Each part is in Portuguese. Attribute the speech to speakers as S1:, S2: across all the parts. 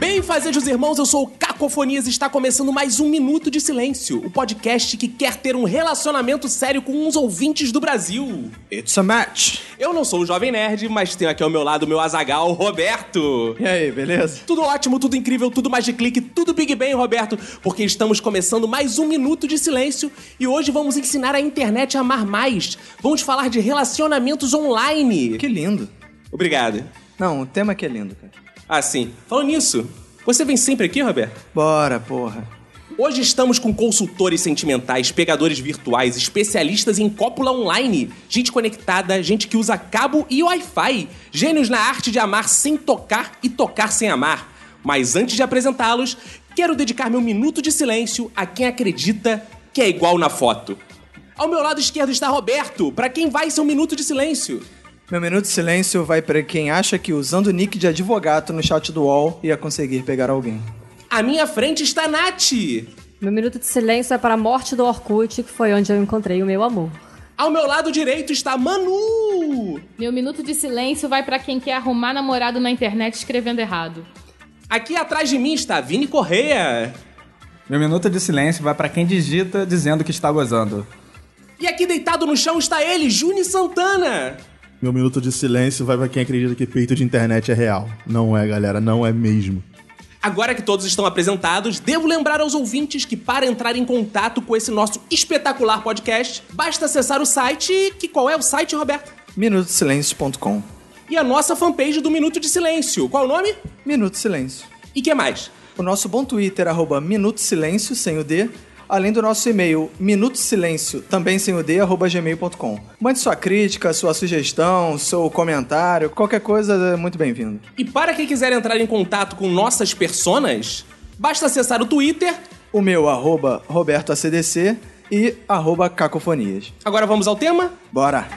S1: Bem, fazejos irmãos, eu sou o Cacofonias e está começando mais um Minuto de Silêncio, o podcast que quer ter um relacionamento sério com uns ouvintes do Brasil.
S2: It's a match.
S1: Eu não sou o Jovem Nerd, mas tenho aqui ao meu lado o meu azagal, Roberto.
S2: E aí, beleza?
S1: Tudo ótimo, tudo incrível, tudo mais de clique, tudo Big Bang, Roberto, porque estamos começando mais um Minuto de Silêncio e hoje vamos ensinar a internet a amar mais. Vamos falar de relacionamentos online.
S2: Que lindo.
S1: Obrigado.
S2: Não, o tema que é lindo, cara.
S1: Ah, sim. Falando nisso, você vem sempre aqui, Roberto?
S2: Bora, porra.
S1: Hoje estamos com consultores sentimentais, pegadores virtuais, especialistas em cópula online, gente conectada, gente que usa cabo e Wi-Fi, gênios na arte de amar sem tocar e tocar sem amar. Mas antes de apresentá-los, quero dedicar meu minuto de silêncio a quem acredita que é igual na foto. Ao meu lado esquerdo está Roberto, para quem vai ser um minuto de silêncio.
S2: Meu minuto de silêncio vai pra quem acha que usando o nick de advogado no chat do UOL ia conseguir pegar alguém.
S1: À minha frente está Nath.
S3: Meu minuto de silêncio é para a morte do Orkut, que foi onde eu encontrei o meu amor.
S1: Ao meu lado direito está Manu.
S4: Meu minuto de silêncio vai pra quem quer arrumar namorado na internet escrevendo errado.
S1: Aqui atrás de mim está Vini Correia.
S5: Meu minuto de silêncio vai pra quem digita dizendo que está gozando.
S1: E aqui deitado no chão está ele, Juni Santana.
S6: Meu minuto de silêncio vai pra quem acredita que peito de internet é real. Não é, galera, não é mesmo.
S1: Agora que todos estão apresentados, devo lembrar aos ouvintes que para entrar em contato com esse nosso espetacular podcast, basta acessar o site, que qual é o site, Roberto?
S2: Minutosilencio.com.
S1: E a nossa fanpage do Minuto de Silêncio. Qual o nome?
S2: Minuto de Silêncio.
S1: E que mais?
S2: O nosso bom Twitter, arroba Minuto Silêncio, sem o D. Além do nosso e-mail, minutosilêncio, também sem o D, arroba gmail.com. Mande sua crítica, sua sugestão, seu comentário, qualquer coisa é muito bem-vindo.
S1: E para quem quiser entrar em contato com nossas personas, basta acessar o Twitter.
S2: O meu, arroba robertoacdc e arroba cacofonias.
S1: Agora vamos ao tema?
S2: Bora!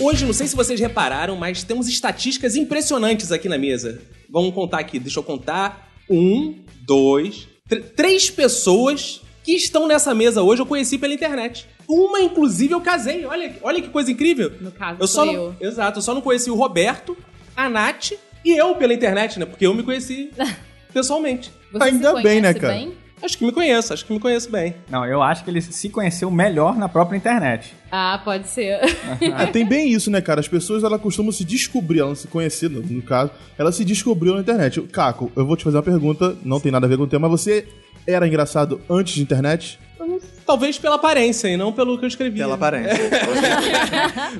S1: Hoje, não sei se vocês repararam, mas temos estatísticas impressionantes aqui na mesa. Vamos contar aqui, deixa eu contar. Um, dois, tr- três pessoas que estão nessa mesa hoje eu conheci pela internet. Uma, inclusive, eu casei. Olha, olha que coisa incrível.
S4: No caso,
S1: eu só
S4: sou
S6: Ah,
S1: não, Exato, eu só não conheci o Roberto, a Nath e eu pela internet, né? Porque eu me conheci pessoalmente.
S4: Você
S6: Ainda
S4: se
S6: bem, né,
S4: conhece
S6: cara?
S4: bem?
S1: Acho que me conheço, acho que me conheço bem.
S5: Não, eu acho que ele se conheceu melhor na própria internet.
S4: Ah, pode ser.
S6: É, tem bem isso, né, cara? As pessoas elas costumam se descobrir, elas não se conhecer, no- no caso, elas se descobriu na internet. Caco, eu vou te fazer uma pergunta, não tem nada a ver com o tema, mas você era engraçado antes de internet?
S1: Talvez pela aparência e não pelo que eu escrevi.
S2: Pela aparência.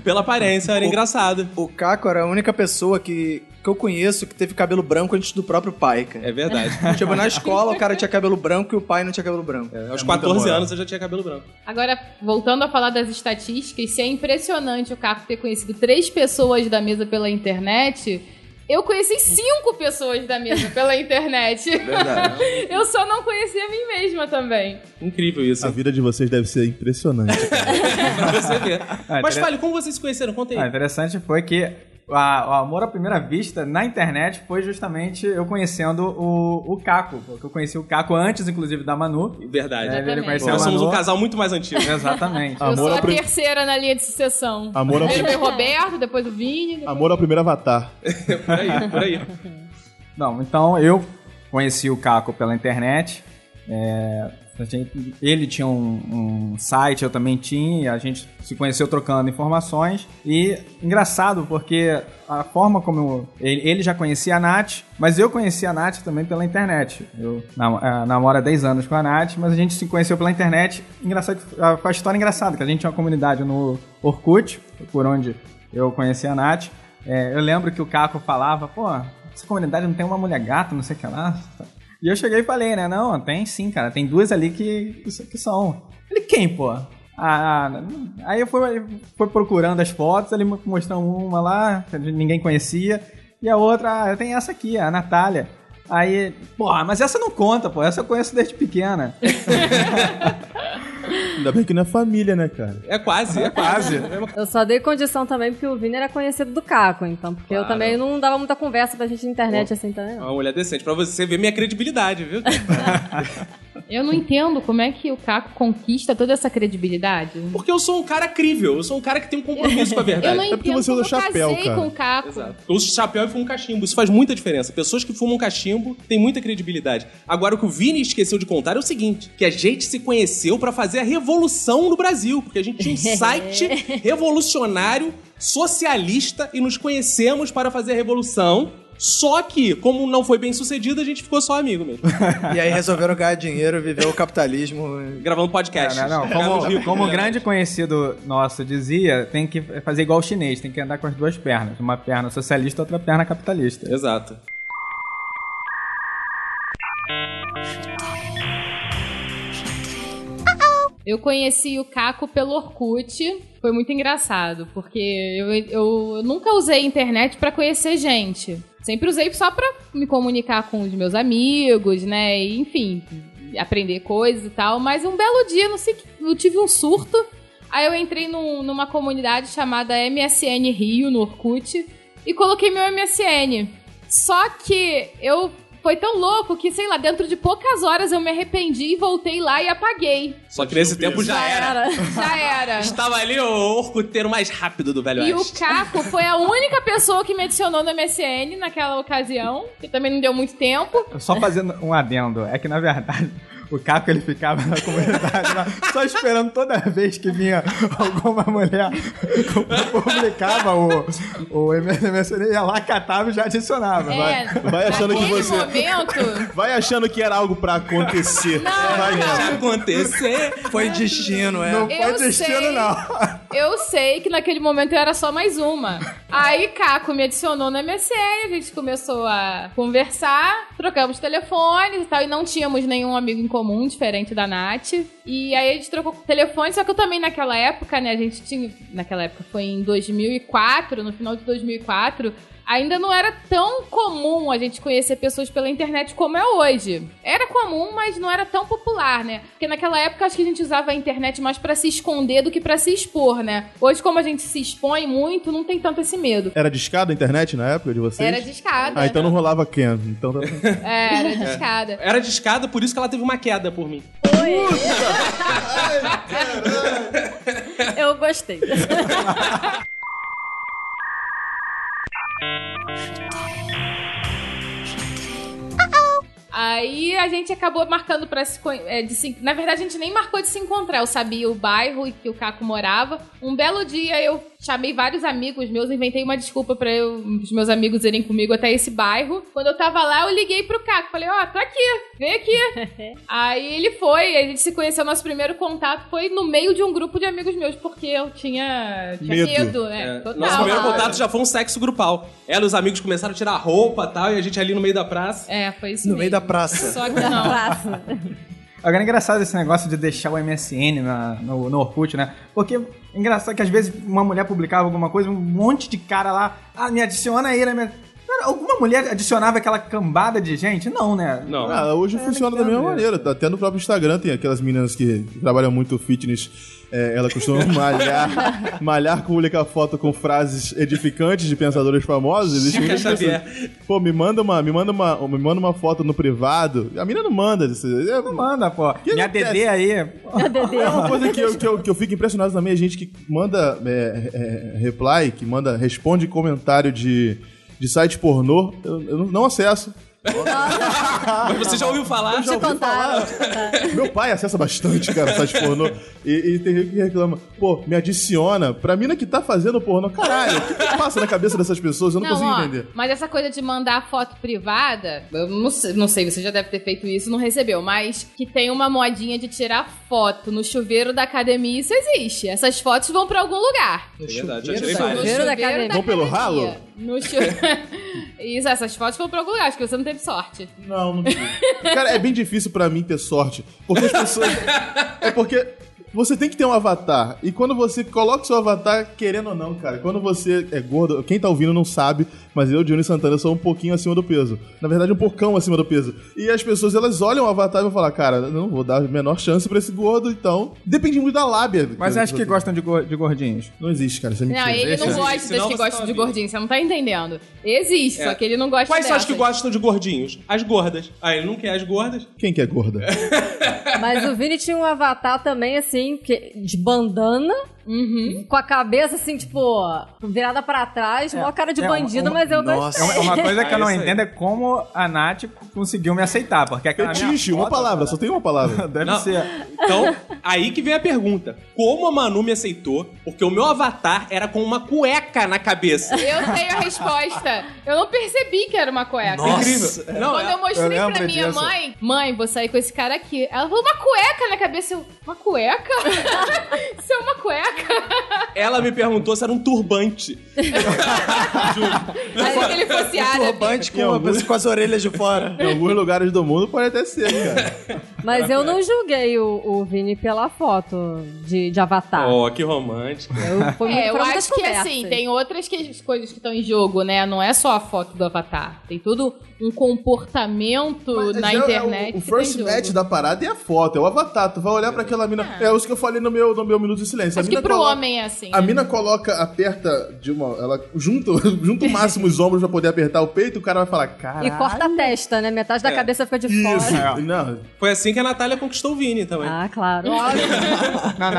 S1: Pela aparência, era engraçado.
S2: O Caco era a única pessoa que, que eu conheço que teve cabelo branco antes do próprio pai, cara.
S1: É verdade.
S2: Tipo, na escola o cara tinha cabelo branco e o pai não tinha cabelo branco.
S1: Aos
S6: É muita
S1: 14
S6: moral.
S1: anos eu já tinha cabelo branco.
S4: Agora, voltando a falar das estatísticas, se é impressionante o Caco ter conhecido três pessoas da mesa pela internet, eu conheci cinco pessoas da mesa pela
S6: É
S4: internet.
S2: Verdade.
S4: Eu só não conhecia a mim mesma também.
S1: Incrível isso.
S6: A
S5: Ah.
S6: vida de vocês deve ser impressionante.
S1: pra você ver.
S5: Ah,
S1: Mas
S5: interessante.
S1: fale, como vocês se conheceram? Conta
S5: Ah,
S1: aí.
S5: interessante foi que a- o amor à primeira vista na internet foi justamente eu conhecendo o, o Caco. Porque eu conheci o Caco antes, inclusive, da Manu.
S1: Verdade.
S5: É, ele
S4: Exatamente.
S5: conheceu
S1: Nós
S5: a
S1: somos
S5: Manu.
S1: um casal muito mais antigo.
S5: Exatamente.
S6: Amor Ah,
S4: eu sou
S6: ao
S4: a
S6: prim-
S4: terceira na linha de sucessão.
S6: Amor ao,
S4: Primeiro foi o Roberto, depois o Vini. depois-
S6: amor ao primeiro avatar.
S1: por aí, por aí.
S5: Não, então eu conheci o Caco pela internet. é, a gente- ele tinha um, um site, eu também tinha, e a gente se conheceu trocando informações. E engraçado, porque a forma como eu- ele, ele já conhecia a Nath, mas eu conheci a Nath também pela internet. Eu nam- eh, namoro há 10 anos com a Nath, mas a gente se conheceu pela internet. Engraçado, que- ah, foi uma história engraçada, que a gente tinha uma comunidade no Orkut, por onde eu conheci a Nath. É, eu lembro que o Caco falava, pô, essa comunidade não tem uma mulher gata, não sei o que lá. E eu cheguei e falei, né? Não, tem sim, cara. Tem duas ali que, que são. Ele, quem, pô? Ah, ah, aí eu fui, fui procurando as fotos, ele me mostrou uma lá, que ninguém conhecia. E a outra, ah, tem essa aqui, a Natália. Aí, porra, mas essa não conta, pô. Essa eu conheço desde pequena.
S1: É
S6: Ainda bem que não é família, né, cara?
S1: É quase, é quase.
S3: Eu só dei condição também porque o Vini era conhecido do Caco, então. Porque eu
S1: Claro.
S3: também não dava muita conversa pra gente na internet assim também.
S1: É
S3: não.
S1: Uma mulher decente, pra você ver minha credibilidade, viu?
S6: Ah.
S4: Eu não entendo como é que o Caco conquista toda essa credibilidade.
S1: Porque eu sou um cara crível, eu sou um cara que tem um compromisso com a
S4: Eu
S1: verdade.
S4: não
S6: É porque
S4: entendo
S6: você usa
S4: como eu
S6: chapéu,
S4: casei
S6: cara.
S4: com o Caco.
S1: Exato. Eu uso chapéu e fumo cachimbo, isso faz muita diferença. Pessoas que fumam cachimbo têm muita credibilidade. Agora, o que o Vini esqueceu de contar é o seguinte: que a gente se conheceu pra fazer a revolução no Brasil, porque a gente tinha um site revolucionário, socialista, e nos conhecemos para fazer a revolução. Só que, como não foi bem sucedido, a gente ficou só amigo mesmo.
S2: E aí resolveram ganhar dinheiro, viver o capitalismo. e-
S1: Gravando podcast.
S5: Não, não,
S1: Ficamos
S5: Como,
S1: ricos,
S5: como um
S1: né?
S5: grande conhecido nosso dizia, tem que fazer igual o chinês, tem que andar com as duas pernas. Uma perna socialista, outra perna capitalista.
S1: Exato.
S4: Eu conheci o Caco pelo Orkut. Foi muito engraçado, porque eu, eu nunca usei internet pra conhecer gente. Sempre usei só pra me comunicar com os meus amigos, né? E, enfim, aprender coisas e tal. Mas um belo dia, não sei, que- eu tive um surto. Aí eu entrei num- numa comunidade chamada MSN Rio, no Orkut, e coloquei meu MSN. Só que eu. Foi tão louco que, sei lá, dentro de poucas horas eu me arrependi e voltei lá e apaguei.
S1: Só que nesse tempo já era.
S4: Já era.
S1: Estava ali o orcuteiro mais rápido do Velho
S4: E o
S1: Oeste.
S4: Caco foi a única pessoa que me adicionou no MSN naquela ocasião, que também não deu muito tempo.
S5: Só fazendo um adendo, é que na verdade o Caco ele ficava na comunidade lá, só esperando toda vez que vinha alguma mulher publicava o, o MSN, ele ia lá, catava e já adicionava.
S4: É,
S6: Vai achando que
S4: naquele
S6: você-
S4: momento.
S6: Vai achando que era algo pra acontecer.
S4: Não,
S6: Vai nessa.
S1: Já acontecer.
S2: Foi destino, é.
S5: Não foi
S4: Eu
S5: destino,
S4: sei.
S5: não.
S4: Eu sei que naquele momento eu era só mais uma. Aí Caco me adicionou no MSN, a gente começou a conversar, trocamos telefones e tal, e não tínhamos nenhum amigo em comum, diferente da Nath. E aí a gente trocou telefone, só que eu também naquela época, né, a gente tinha... Naquela época foi em 2004, no final de 2004... Ainda não era tão comum a gente conhecer pessoas pela internet como é hoje. Era comum, mas não era tão popular, né? Porque naquela época acho que a gente usava a internet mais pra se esconder do que pra se expor, né? Hoje, como a gente se expõe muito, não tem tanto esse medo.
S6: Era discada a internet na época de vocês?
S4: Era de escada.
S6: Ah, então não rolava Ken. Então tá...
S4: É, era de escada.
S1: Era de escada, por isso que ela teve uma queda por mim.
S3: Eu gostei.
S4: Aí a gente acabou marcando pra se. con- é, de se- na verdade, a gente nem marcou de se encontrar. Eu sabia o bairro e que o Caco morava. Um belo dia eu chamei vários amigos meus, inventei uma desculpa pra eu- os meus amigos irem comigo até esse bairro. Quando eu tava lá, eu liguei pro Caco. Falei: Ó, tô aqui, vem aqui. Aí ele foi, a gente se conheceu. Nosso primeiro contato foi no meio de um grupo de amigos meus, porque eu tinha, tinha
S6: Medo.
S4: medo. né? Total.
S1: É, Nosso primeiro
S4: claro.
S1: contato já foi um sexo grupal. Ela e os amigos começaram a tirar a roupa e tal, e a gente ali no meio da praça.
S4: É, foi isso.
S2: No meio da
S4: mesmo.
S2: praça.
S4: Só que não.
S3: Praça.
S5: Agora é engraçado esse negócio de deixar o MSN na- no, no Orkut, né? Porque é engraçado que às vezes uma mulher publicava alguma coisa, um monte de cara lá, ah, me adiciona aí, né? Me... Cara, alguma mulher adicionava aquela cambada de gente? Não, né?
S1: Não.
S6: Ah, hoje funciona da mesma
S5: legal,
S6: maneira. Tá Até no próprio Instagram tem aquelas meninas que trabalham muito fitness. É, ela costuma malhar, malhar, publicar foto com frases edificantes de pensadores famosos. Existe
S1: Chica
S6: muitas
S1: Xavier.
S6: pessoas. Pô, me manda uma, me manda uma, me manda uma foto no privado. A menina não manda. Isso. É,
S5: Não Manda, pô.
S6: Que
S5: Minha
S6: acontece?
S5: DD aí.
S6: é uma coisa que eu, que, eu, que eu fico impressionado também é gente que manda é, é, reply, que manda responde comentário de, de site pornô. Eu, eu não- não acesso.
S1: Mas você já ouviu falar?
S3: Te contaram.
S6: Meu pai acessa bastante, cara, site pornô. E, e tem gente que reclama, pô, me adiciona pra mina que tá fazendo pornô. Caralho, o que, que passa na cabeça dessas pessoas? Eu não, consigo
S4: ó,
S6: entender.
S4: Mas essa coisa de mandar foto privada, eu não sei, não sei, você já deve ter feito isso, não recebeu, mas que tem uma modinha de tirar foto no chuveiro da academia, isso existe. Essas fotos vão pra algum lugar.
S1: É verdade, já tirei
S3: Tá.
S1: várias.
S3: Chuveiro da academia.
S6: Vão pelo ralo?
S4: No tio. Isso, essas fotos foram pra algum lugar, acho que você não teve sorte.
S6: Não, não digo. Cara, é bem difícil pra mim ter sorte. Porque as pessoas. É porque você tem que ter um avatar. E quando você coloca o seu avatar, querendo ou não, cara, quando você é gordo, quem tá ouvindo não sabe, mas eu, Johnny Santana, sou um pouquinho acima do peso. Na verdade, um porcão acima do peso. E as pessoas, elas olham o avatar e vão falar, cara, eu não vou dar a menor chance pra esse gordo, então. Depende muito da lábia.
S5: Mas acho que gostam de, go- de gordinhos.
S6: Não existe, cara. Isso é
S4: Não,
S6: mentira.
S4: ele não
S5: existe.
S4: gosta das
S1: Senão
S4: que
S1: você
S4: gostam
S1: tá
S4: de
S1: vivo.
S4: gordinho, você não tá entendendo. Existe,
S1: É.
S4: só que ele não gosta
S1: Quais são as que
S4: dessas.
S1: gostam de gordinhos? As gordas. Ah, ele não quer as gordas.
S6: Quem que é gorda?
S3: Mas o Vini tinha um avatar também, assim, que- de bandana, com a cabeça, assim, tipo, virada pra trás, mó cara de
S5: é,
S3: bandido,
S5: uma-
S3: mas eu
S5: É
S3: gostei.
S5: uma, é uma coisa que eu não
S1: Ah, isso aí.
S5: entendo é como a Nath conseguiu me aceitar, porque aquela minha
S6: Fetiche, uma
S5: foto,
S6: palavra, só tem uma palavra.
S5: Deve
S1: Não.
S5: ser.
S1: Então, aí que vem a pergunta. Como a Manu me aceitou? Porque o meu avatar era com uma cueca na cabeça.
S4: Eu tenho a resposta. Eu não percebi que era uma cueca.
S1: Incrível. Não,
S4: Quando
S1: é-
S4: eu mostrei
S5: eu
S4: pra
S5: lembro
S4: minha
S5: disso.
S4: mãe, mãe, vou sair com esse cara aqui. Ela falou, uma cueca na cabeça. Eu, uma cueca? Isso é uma cueca?
S1: ela me perguntou se era um turbante. Juro.
S4: Achei que ele fosse árabe. é,
S2: Turbante com, a- com as orelhas de fora.
S6: Em alguns lugares do mundo pode até ser, cara.
S3: Mas eu não julguei o, o Vini pela foto de, de avatar.
S1: Oh, que romântico.
S3: Eu, foi muito-
S4: É, eu
S3: foram muitas
S4: acho que
S3: conversas.
S4: assim, tem outras que- coisas que estão em jogo, né? Não é só a foto do avatar. Tem todo um comportamento na
S6: Mas é o-
S4: internet.
S6: é O, o
S4: que tá em
S6: first
S4: jogo.
S6: match da parada é a foto, é o avatar. Tu vai olhar pra aquela mina. É isso que eu falei no meu, no meu minuto de silêncio.
S4: Acho que pro
S6: coloca-
S4: homem é assim.
S6: A mina coloca, aperta de uma. Ela junta, junta o máximo os ombros pra poder apertar o peito, o cara vai falar, cara.
S3: E corta a testa, né? Metade da cabeça fica de
S6: Isso.
S3: fora.
S6: Não.
S1: Foi assim que a Natália conquistou o Vini também.
S3: Ah, claro.
S5: Não, na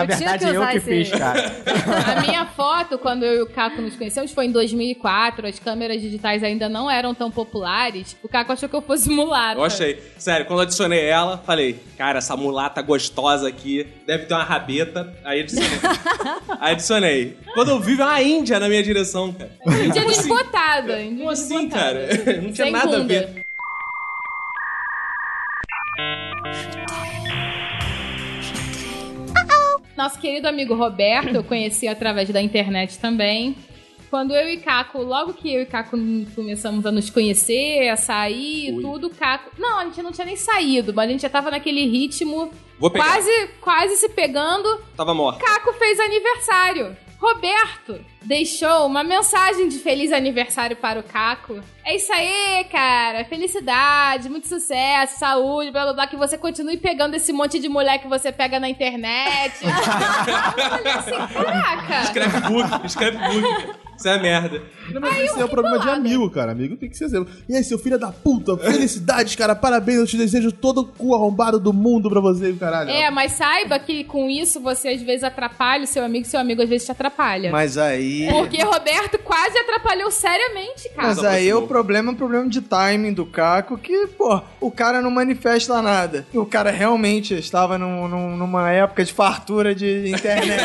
S3: Eu tinha
S5: verdade
S3: que
S5: eu
S3: usar
S5: que
S3: esse-
S5: fiz, cara.
S4: A minha foto, quando eu e o Caco nos conhecemos, foi em 2004. As câmeras digitais ainda não eram tão populares. O Caco achou que eu fosse mulata.
S1: Eu achei. Sério, quando eu adicionei ela, falei, cara, essa mulata gostosa aqui, deve ter uma rabeta. Aí adicionei. Aí adicionei. Quando eu vi, veio uma índia na minha direção, cara.
S4: Índia
S1: Como assim?
S4: desbotada. índia
S1: Como assim,
S4: desbotada.
S1: cara? Não tinha
S4: Sem
S1: nada a
S4: bunda.
S1: ver.
S4: Nosso querido amigo Roberto, eu conheci através da internet também. Quando eu e Caco, logo que eu e Caco começamos a nos conhecer, a sair, tudo, Caco. Não, a gente não tinha nem saído, mas a gente já tava naquele ritmo,
S1: Vou pegar.
S4: quase, quase se pegando.
S1: Tava morta.
S4: Caco fez aniversário. Roberto deixou uma mensagem de feliz aniversário para o Caco. É isso aí, cara. Felicidade, muito sucesso, saúde, blá blá blá. Que você continue pegando esse monte de mulher que você pega na internet. Eu falei assim, caraca.
S1: Scrapbook, scrapbook. Isso é merda.
S6: Não, mas esse é o problema de amigo, cara. Amigo tem que ser exemplo. E aí, seu filho da puta, felicidades, cara. Parabéns, eu te desejo todo o cu arrombado do mundo pra você, caralho.
S4: É, mas saiba que com isso você às vezes atrapalha o seu amigo, seu amigo às vezes te atrapalha.
S2: Mas aí.
S4: Porque Roberto quase atrapalhou seriamente, cara.
S2: Mas aí o problema é o problema de timing do Caco, que, pô, o cara não manifesta nada. E o cara realmente estava num- num- numa época de fartura de internet.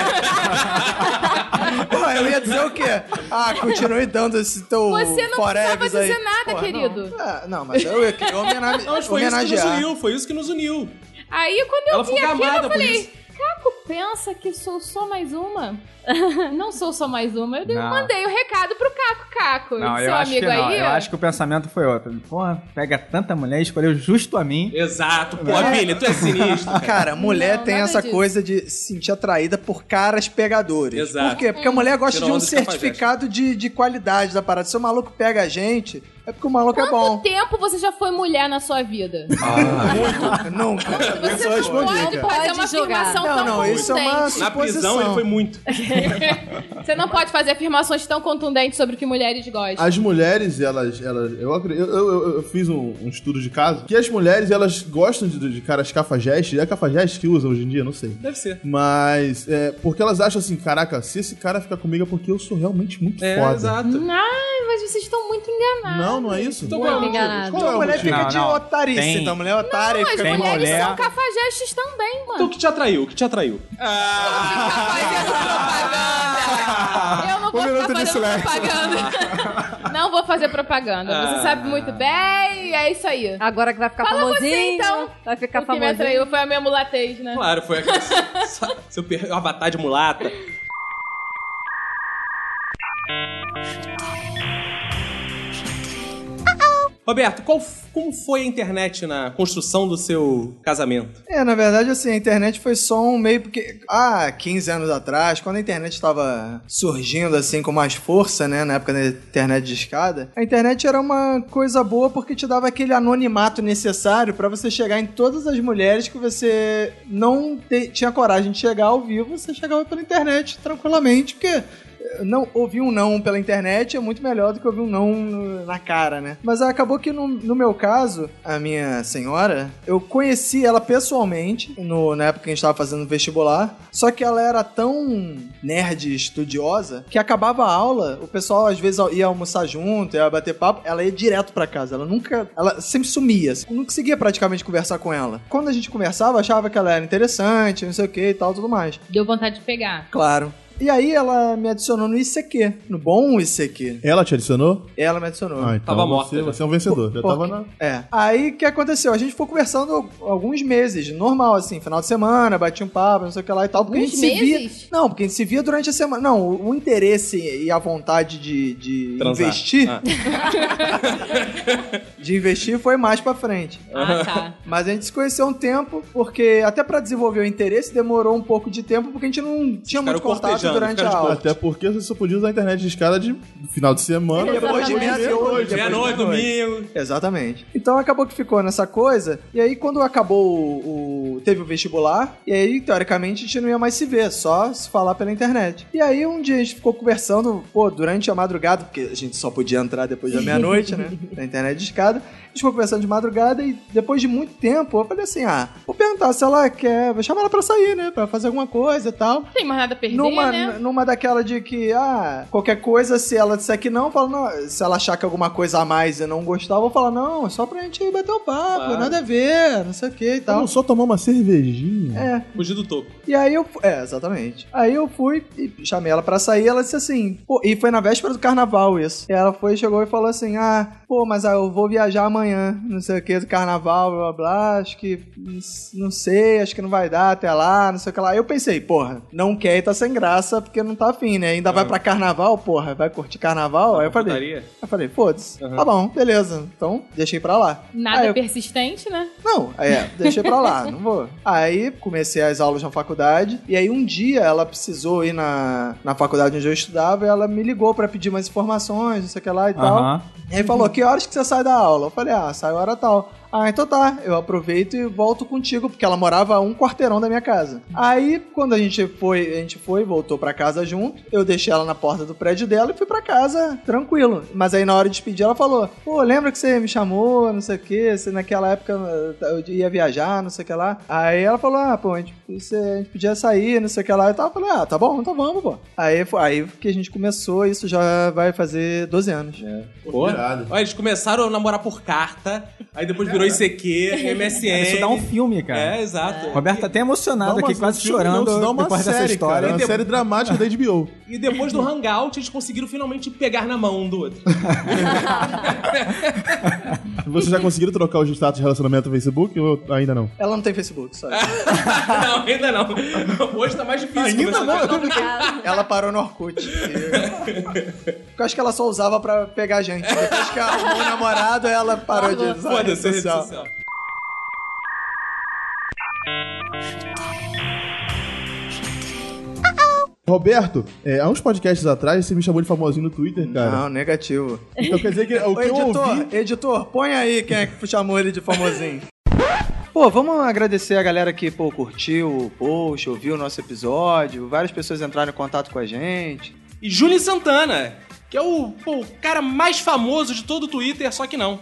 S2: pô, eu ia dizer o quê? Ah, continue dando esse teu
S4: Você não precisava
S2: forevs aí.
S4: dizer nada,
S2: Pô,
S4: querido.
S2: Não, Ah, não, mas eu ia querer homenage...
S1: Não, mas foi isso que nos
S2: homenagear.
S1: uniu, foi isso que nos uniu.
S4: Aí quando eu
S1: Ela
S4: vi
S1: ficou
S4: aquilo,
S1: gamada
S4: eu
S1: por
S4: falei,
S1: isso.
S4: Caco, pensa que sou só mais uma? não sou só mais uma. Eu dei-
S5: Não.
S4: mandei o recado pro Caco, Caco.
S5: Não,
S4: seu
S5: eu acho
S4: amigo
S5: que não.
S4: aí.
S5: Eu acho que o pensamento foi outro. Porra, pega tanta mulher e escolheu justo a mim.
S1: Exato. Pô, Vini, tu é sinistro. cara.
S2: Cara, mulher
S4: Não,
S2: tem
S4: nada
S2: essa
S4: disso.
S2: coisa de se sentir atraída por caras pegadores.
S1: Exato.
S2: Por quê? Porque a
S4: Hum.
S2: mulher gosta
S1: Tirou
S2: de um
S1: onda dos cafajestes.
S2: certificado de, de qualidade da parada. Se o maluco pega a gente, é porque o maluco é bom.
S4: Quanto tempo você já foi mulher na sua vida?
S2: Nunca. Eu
S4: Você
S2: só
S4: não
S2: respondi,
S4: pode
S2: cara.
S4: fazer
S3: Pode
S4: uma
S3: jogar.
S4: afirmação
S2: Não,
S4: tão
S2: não, isso é uma
S4: contundente.
S1: Na prisão
S2: suposição.
S1: ele foi muito.
S4: Você não pode fazer afirmações tão contundentes sobre o que mulheres gostam.
S6: As mulheres, elas. elas eu, acre- eu, eu- eu- eu fiz um, um estudo de caso que as mulheres, elas gostam de, de caras cafajestes. É cafajeste que usam hoje em dia? Não sei.
S1: Deve ser.
S6: Mas, é, porque elas acham assim, caraca, se esse cara ficar comigo é porque eu sou realmente muito
S1: É,
S6: foda.
S1: exato.
S4: Ai, mas vocês estão muito enganados.
S6: Não, não é isso?
S1: Hum. Tô
S6: Qual é o
S3: bem
S6: motivo?
S3: enganado.
S6: Qual
S2: Então
S6: é
S2: a
S6: o
S2: mulher
S6: motivo?
S2: fica
S5: Não,
S2: de
S5: não.
S2: otarice,
S5: Tem.
S2: então a mulher é otária. e
S4: As
S2: fica
S5: tem
S4: mulheres
S5: mulher.
S4: são cafajestes também, mano.
S1: Então o que te atraiu? O que te atraiu?
S6: Um
S4: fazendo propaganda. Eu não vou
S6: Um minuto
S4: ficar
S6: de
S4: fazendo propaganda. Não vou fazer propaganda. Você sabe muito bem, é isso aí.
S3: Agora que vai ficar
S4: Fala
S3: famosinho,
S4: você, então.
S3: vai ficar
S4: O que me
S3: famosinho.
S4: atraiu foi a minha mulatez, né?
S1: Claro, foi aquele sa- seu per- avatar de mulata. Roberto, qual f- como foi a internet na construção do seu casamento?
S2: É, na verdade, assim, a internet foi só um meio porque há 15 anos atrás, quando a internet estava surgindo assim com mais força, né, na época da internet de escada, a internet era uma coisa boa porque te dava aquele anonimato necessário pra você chegar em todas as mulheres que você não te- tinha coragem de chegar ao vivo, você chegava pela internet tranquilamente, porque não, ouvir um não pela internet é muito melhor do que ouvir um não no- na cara, né? Mas acabou que no, no meu caso, a minha senhora, eu conheci ela pessoalmente no, na época que a gente tava fazendo vestibular. Só que ela era tão nerd estudiosa que acabava a aula, o pessoal às vezes ia almoçar junto, ia bater papo, ela ia direto pra casa. Ela nunca. Ela sempre sumia. assim. Eu não conseguia praticamente conversar com ela. Quando a gente conversava, achava que ela era interessante, não sei o que e tal, tudo mais.
S4: Deu vontade de pegar.
S2: Claro. E aí ela me adicionou no ICQ, no bom ICQ.
S6: Ela te adicionou?
S2: Ela me adicionou.
S6: Ah, então
S1: Tava
S6: você,
S1: morta, já.
S6: Você é um vencedor. Já
S2: Por-
S6: tava na...
S2: É. Aí o que aconteceu? A gente ficou conversando alguns meses, normal, assim, final de semana, bati um papo, não sei o que lá e tal. Porque
S4: Alguns
S2: a gente se
S4: meses?
S2: via. Não, porque a gente se via durante a semana. Não, o, o interesse e a vontade de, de
S1: Transar.
S2: investir.
S1: Ah.
S2: de investir foi mais pra frente.
S4: Ah, tá.
S2: Mas a gente se conheceu um tempo, porque até pra desenvolver o interesse demorou um pouco de tempo, porque a gente não tinha muito
S1: Ficaram
S2: contato
S1: cortejando,
S2: durante a
S1: ficaram
S2: aula.
S6: Até porque você só podia usar a internet de escada de do final de semana.
S1: É,
S2: Depois de meia-noite. depois de
S1: Meia-noite,
S2: meia-noite.
S1: domingo.
S2: Exatamente. Então acabou que ficou nessa coisa. E aí, quando acabou o. o- teve o vestibular, e aí, teoricamente, a gente não ia mais se ver, só se falar pela internet. E aí, um dia a gente ficou conversando, pô, durante a madrugada, porque a gente só podia entrar depois da meia-noite, né? Na internet de escada. A gente ficou conversando de madrugada e depois de muito tempo, eu falei assim: ah, vou perguntar se ela quer. Vou chamar ela pra sair, né? Pra fazer alguma coisa e tal.
S4: Não tem mais nada a perder,
S2: Numa,
S4: né?
S2: numa daquela de que, ah, qualquer coisa, se ela disser que não, fala, não, se ela achar que alguma coisa a mais eu não gostar, eu vou falar, não, é só pra gente bater um papo,
S1: Claro.
S2: nada a ver, não sei o que e tal.
S6: Vamos só tomar uma cervejinha.
S2: É,
S1: Fugir do topo.
S2: e aí eu. fu- É, exatamente. Aí eu fui e chamei ela pra sair. Ela disse assim. Pô, e foi na véspera do carnaval isso. E ela foi, chegou e falou assim: ah, pô, mas ah, eu vou viajar amanhã, não sei o que, do carnaval, blá blá blá. Acho que. não s- Não sei, acho que não vai dar até lá, não sei o que lá. Aí Eu pensei, porra, não quer e tá sem graça porque não tá afim, né? Ainda vai pra carnaval, porra, vai curtir carnaval? Aí eu falei.
S1: É. Putaria.
S2: Eu falei, foda-se.
S1: Aham.
S2: Tá bom, beleza. Então, deixei pra lá.
S4: Nada
S6: Ah,
S2: Aí eu-
S4: persistente, né?
S2: não, é, deixei pra lá, não vou. Aí comecei as aulas na faculdade, e aí um dia ela precisou ir na, na faculdade onde eu estudava, e ela me ligou pra pedir mais informações, não sei o que lá e tal.
S5: Aham.
S2: E aí falou: Que horas que você sai da aula? Eu falei: Ah, sai hora tal. Ah, então tá, eu aproveito e volto contigo, porque ela morava a um quarteirão da minha casa. Aí, quando a gente foi, a gente foi, voltou pra casa junto, eu deixei ela na porta do prédio dela e fui pra casa, tranquilo. Mas aí, na hora de despedir, ela falou: Pô, lembra que você me chamou, não sei o que, você naquela época eu ia viajar, não sei o que lá. Aí ela falou: Ah, pô, a gente, você- a gente podia sair, não sei o que lá. E tal. Eu falei: Ah, tá bom, então vamos, pô. Aí, foi- aí que a gente começou, isso já vai fazer 12 anos.
S1: Pô. Olha, eles começaram a namorar por carta, aí depois virou ICQ, MSN.
S5: Isso dá um filme, cara.
S1: É, exato.
S5: Roberto tá até emocionado aqui, quase chorando
S6: Não, dá uma
S5: depois
S6: série,
S5: dessa história.
S6: Cara, é uma série dramática da HBO.
S1: E depois do Hangout, eles conseguiram finalmente pegar na mão um do outro.
S6: Vocês já conseguiram trocar os status de relacionamento no Facebook ou ainda não?
S2: Ela não tem Facebook, sabe?
S1: não, ainda não. Hoje tá mais difícil. começar a pegar.
S3: Complicado.
S2: Ela parou no Orkut. E- Porque eu acho que ela só usava pra pegar gente. Depois que arrumou o namorado, ela parou de usar a rede
S1: Foda-se, rede
S2: social.
S1: social.
S6: Roberto, é, há uns podcasts atrás você me chamou de famosinho no Twitter, cara.
S2: Não, negativo.
S6: Então quer dizer que o
S2: Ô,
S6: que eu
S2: editor,
S6: ouvi...
S2: editor, põe aí quem é que chamou ele de famosinho. Pô, vamos agradecer a galera que pô, curtiu o post, ouviu o nosso episódio. Várias pessoas entraram em contato com a gente.
S1: E Júlio Santana, que é o, pô, o cara mais famoso de todo o Twitter, só que não.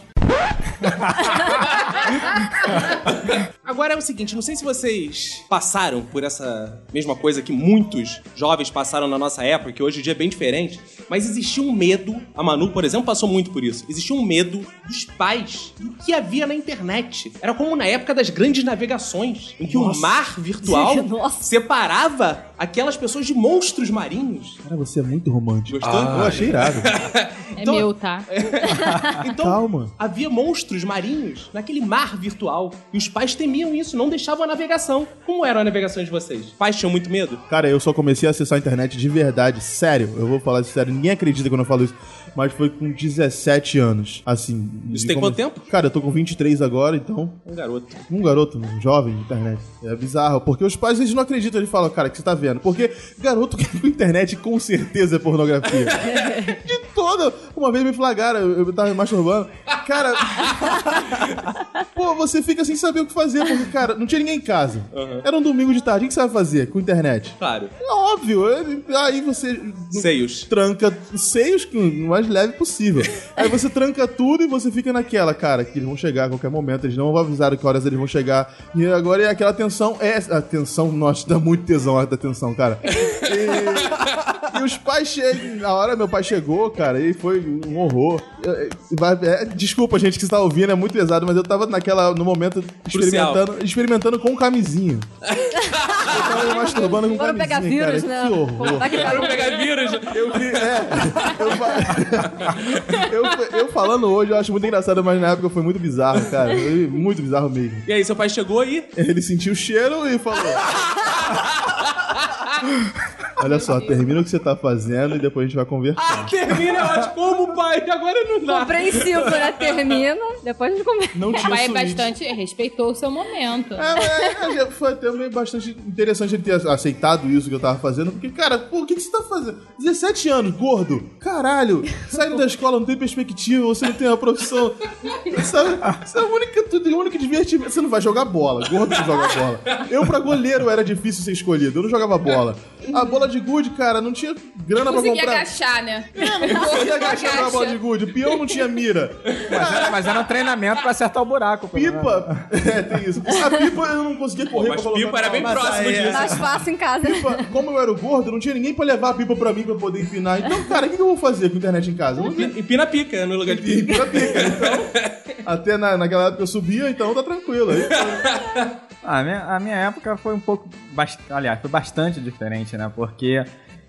S1: Agora é o seguinte, não sei se vocês passaram por essa mesma coisa que muitos jovens passaram na nossa época, que hoje em dia é bem diferente, mas existia um medo, a Manu, por exemplo, passou muito por isso, existia um medo dos pais do que havia na internet. Era como na época das grandes navegações, em que o mar virtual
S3: Nossa.
S1: separava aquelas pessoas de monstros marinhos.
S6: Cara, você é muito romântico.
S1: Gostou?
S6: eu achei irado.
S4: É
S1: Então-
S4: meu, tá?
S1: Então,
S6: Calma.
S1: havia monstros marinhos naquele mar virtual. E os pais temiam isso, não deixavam a navegação. Como eram a navegação de vocês? Pais tinham muito medo?
S6: Cara, eu só comecei a acessar a internet de verdade, sério. Eu vou falar isso sério, ninguém acredita quando eu falo isso. Mas foi com 17 anos, assim.
S1: Isso
S6: de
S1: tem
S6: come-
S1: quanto tempo?
S6: Cara, eu tô com 23 agora, então.
S1: Um garoto.
S6: Um garoto um jovem, internet. É bizarro. Porque os pais, eles não acreditam. Eles falam, cara, o que você tá vendo? Porque garoto que com internet, com certeza, é pornografia. De toda. Uma vez me flagaram, eu eu tava me masturbando. Cara... Pô, você fica sem saber o que fazer. Porque, cara, não tinha ninguém em casa. Era um domingo de tarde. O que você vai fazer com internet?
S1: Claro.
S6: É óbvio. eu- Aí você...
S1: Seios.
S6: Tranca os seios com o mais leve possível. Aí você tranca tudo e você fica naquela, cara, que eles vão chegar a qualquer momento, eles não avisaram que horas eles vão chegar. E agora é aquela tensão, é. A tensão, nossa, dá muito tesão a hora da tensão, cara. E, e os pais chegam. Na hora meu pai chegou, cara, e foi um horror. Eu- eu- vai- é, desculpa, gente, que está ouvindo, é muito pesado, mas eu tava naquela, no momento, experimentando, experimentando com camisinha. Eu tava me masturbando com
S3: Foram pegar
S6: camisinha.
S3: vírus,
S6: cara,
S3: né?
S6: Que horror.
S3: Puta que pariu.
S1: pegar vírus.
S6: Eu vi, é. Eu, fa- eu, eu falando hoje, eu acho muito engraçado, mas na época foi muito bizarro, cara. Foi Muito bizarro mesmo.
S1: E aí, seu pai chegou aí?
S6: Ele sentiu o cheiro e falou. Olha só, termina o que você tá fazendo e depois a gente vai conversar.
S1: Ah, termina, eu acho. Como, pai? Agora não dá.
S3: Compreensivo, né? Termina, depois a gente começa.
S6: Não
S4: O
S6: tinha
S4: pai é
S6: suíte.
S4: bastante respeitou o seu momento.
S6: É, mas é, é, foi até meio bastante interessante ele ter aceitado isso que eu tava fazendo, porque, cara, pô, o que, que você tá fazendo? 17 anos, gordo, caralho, saindo da escola, não tem perspectiva, você não tem uma profissão. Sabe? Isso é o único, tudo, o único divertimento. Você não vai jogar bola, gordo que joga bola. Eu, pra goleiro, era difícil ser escolhido, eu não jogava bola. A bola de gude, cara, não tinha grana pra
S4: Consegui
S6: comprar. é
S4: agachar, né?
S6: Consegui agachar na bola de gude, o peão não tinha mira.
S5: Mas era, mas era um treinamento pra acertar o buraco. pelo menos.
S6: Pipa, é, tem isso. A pipa eu não conseguia correr
S1: Mas
S6: pra colocar
S1: pipa era
S6: na-
S1: bem próximo
S6: aí é-
S1: disso.
S3: Mais fácil em casa.
S6: pipa, como eu era o gordo, não tinha ninguém pra levar a pipa pra mim pra eu poder empinar. Então, cara, o que, que eu vou fazer com a internet em casa? Eu não tenho
S1: E pina pica no lugar de pica.
S6: pipa, pica. Então, até na, naquela época eu subia, então tá tranquilo. Aí,
S5: Ah, A minha, a minha época foi um pouco. bast- Aliás, foi bastante diferente, né? Porque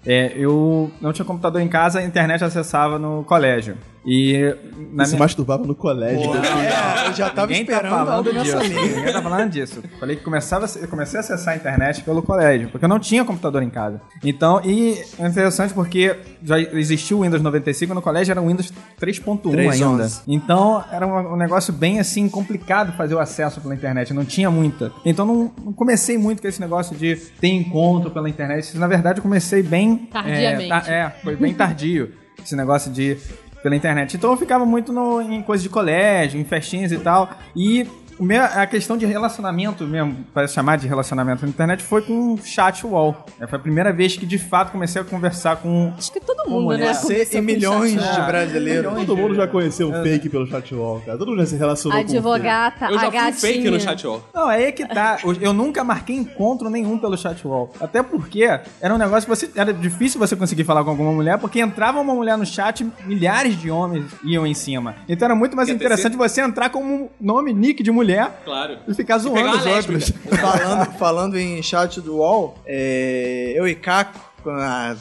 S5: é, eu não tinha computador em casa, a internet eu acessava no colégio. E na
S6: se
S5: minha...
S6: masturbava no colégio.
S2: É, eu já tava
S5: Ninguém tá
S2: esperando
S5: falando
S2: algo nessa
S5: disso.
S2: linha.
S5: Ninguém tá falando disso. Falei que começava, eu comecei a acessar a internet pelo colégio, porque eu não tinha computador em casa. Então, e é interessante porque já existiu o Windows 95 no colégio, era o Windows 3.1 ainda.
S2: 3.11.
S5: Então, era um, um negócio bem assim complicado fazer o acesso pela internet, não tinha muita. Então, não, não comecei muito com esse negócio de ter encontro pela internet. Na verdade, eu comecei bem
S4: Tardiamente.
S5: é, ta- é, foi bem tardio esse negócio de pela internet. Então eu ficava muito no- em coisas de colégio, em festinhas e tal. E o meu- a questão de relacionamento mesmo, para chamar de relacionamento na internet, foi com o chat wall. É, Foi a primeira vez que de fato comecei a conversar com.
S3: Acho que todo mundo, né?
S2: Você e milhões de brasileiros.
S6: Todo mundo já conheceu
S5: Ah.
S6: um fake pelo chatwall, cara. Todo mundo já se relacionou
S3: Advogata,
S1: Eu
S3: a
S1: já fui
S3: gatinha.
S1: fake no chat, ó.
S5: Não, é aí que tá. Eu- Eu nunca marquei encontro nenhum pelo chat wall. Até porque era um negócio que você. Era difícil você conseguir falar com alguma mulher, porque entrava uma mulher no chat, milhares de homens iam em cima. Então era muito mais
S1: Ia ter
S5: interessante você entrar com um nome, nick de mulher
S1: Claro.
S5: e ficar zoando
S1: pegar uma
S5: os outros.
S1: lésbica.
S2: falando, falando em chat do UOL, é, eu e Caco, com a-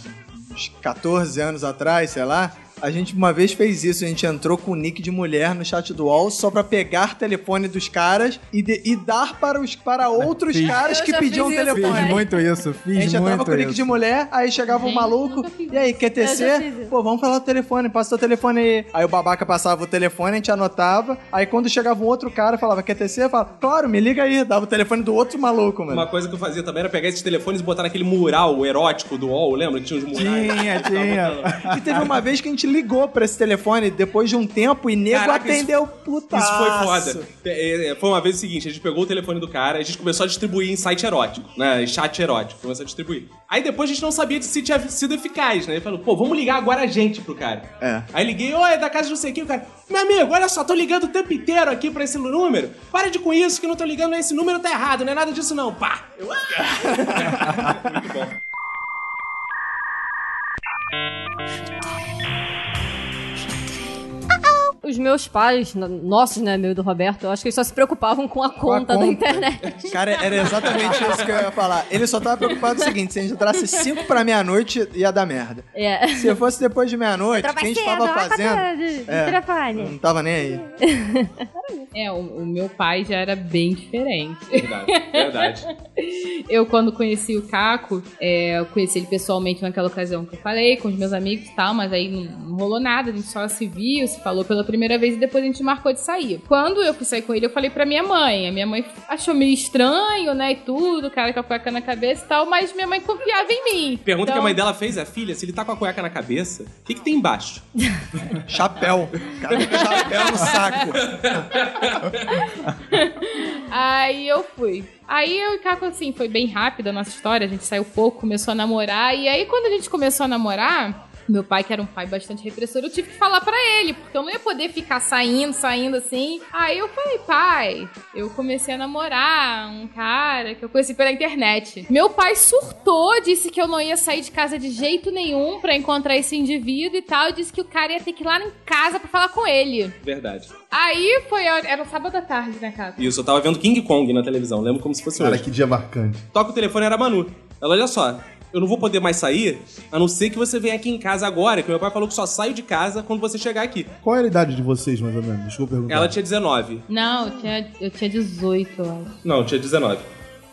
S2: uns 14 anos atrás, sei lá, a gente uma vez fez isso, a gente entrou com o nick de mulher no chat do UOL só pra pegar telefone dos caras e, de- e dar para, os, para outros
S5: Fiz.
S2: caras
S4: Eu
S2: que
S4: já
S2: pediam
S4: fiz isso,
S2: telefone.
S5: Fiz muito isso,
S2: A
S5: fiz
S2: gente entrava
S5: muito
S2: com o nick de
S5: isso.
S2: mulher, aí chegava um
S4: Gente,
S2: maluco,
S4: nunca fiz
S2: e aí, quer
S3: Eu já fiz
S2: tecer?
S3: isso.
S2: Pô, vamos falar o telefone, passa o teu telefone aí. Aí o babaca passava o telefone, a gente anotava, aí quando chegava um outro cara, falava, quer tecer? Eu falava, claro, me liga aí, dava o telefone do outro maluco, mano.
S1: Uma coisa que eu fazia também era pegar esses telefones e botar naquele mural erótico do UOL, lembra? Que tinha uns murais.
S5: Tinha, tinha.
S2: E teve uma vez que a gente ligou pra esse telefone depois de um tempo e nego
S1: Caraca, isso-
S2: atendeu, puta.
S1: Isso foi foda. É, é, Foi uma vez o seguinte, a gente pegou o telefone do cara, a gente começou a distribuir em site erótico, né? Em chat erótico, começou a distribuir. Aí depois a gente não sabia de se tinha sido eficaz, né? Ele falou, pô, vamos ligar agora a gente pro cara.
S2: É.
S1: Aí liguei, ô, é da casa de não sei quem, o cara. Meu amigo, olha só, tô ligando o tempo inteiro aqui pra esse número. Para de com isso, que eu não tô ligando, esse número tá errado, não é nada disso não. Pá! Eu, ah! Muito bom.
S3: Os meus pais, no- nossos, né, meu e do Roberto, eu acho que eles só se preocupavam com a conta da
S2: conta.
S3: internet.
S2: Cara, era É exatamente isso que eu ia falar. Ele só tava preocupado com o seguinte: se a gente entrasse 5 pra meia-noite, ia dar merda.
S3: É.
S2: Se fosse depois de meia-noite, o que a gente tava tipo, fazendo. É.
S3: Atrapalha.
S2: Não tava nem aí.
S4: É, o, o meu pai já era bem diferente.
S1: Verdade, verdade.
S4: Eu, quando conheci o Caco, é, eu conheci ele pessoalmente naquela ocasião que eu falei, com os meus amigos e tal, mas aí não, não rolou nada, a gente só se viu, se falou pela primeira vez e depois a gente marcou de sair. Quando eu fui sair com ele, eu falei pra minha mãe. A minha mãe achou meio estranho, né, e tudo, o cara com a cueca na cabeça e tal, mas minha mãe confiava em mim.
S1: Pergunta que a
S4: Então-
S1: mãe dela fez é, filha, se ele tá com a cueca na cabeça, o que, que tem embaixo?
S2: Chapéu. Cara, chapéu no saco.
S4: Aí eu fui. Aí eu e Caco, assim, foi bem rápido a nossa história. A gente saiu pouco, começou a namorar. E aí, quando a gente começou a namorar, meu pai, que era um pai bastante repressor, eu tive que falar pra ele, porque eu não ia poder ficar saindo, saindo assim. Aí eu falei, pai, eu comecei a namorar um cara que eu conheci pela internet. Meu pai surtou, disse que eu não ia sair de casa de jeito nenhum pra encontrar esse indivíduo e tal. Disse que o cara ia ter que ir lá em casa pra falar com ele.
S1: Verdade.
S4: Aí foi, a hora- era um sábado à tarde, né, Caco?
S1: Isso, eu tava vendo King Kong na televisão, lembro como se fosse
S6: Cara,
S1: hoje.
S6: que dia marcante.
S1: Toca o telefone, era a Manu. Ela, olha só, eu não vou poder mais sair, a não ser que você venha aqui em casa agora, que meu pai falou que só saio de casa quando você chegar aqui.
S6: Qual era a idade de vocês, mais ou menos? Desculpa perguntar.
S1: Ela tinha 19.
S4: Não, eu tinha, eu tinha 18, eu acho.
S1: Não, eu tinha 19.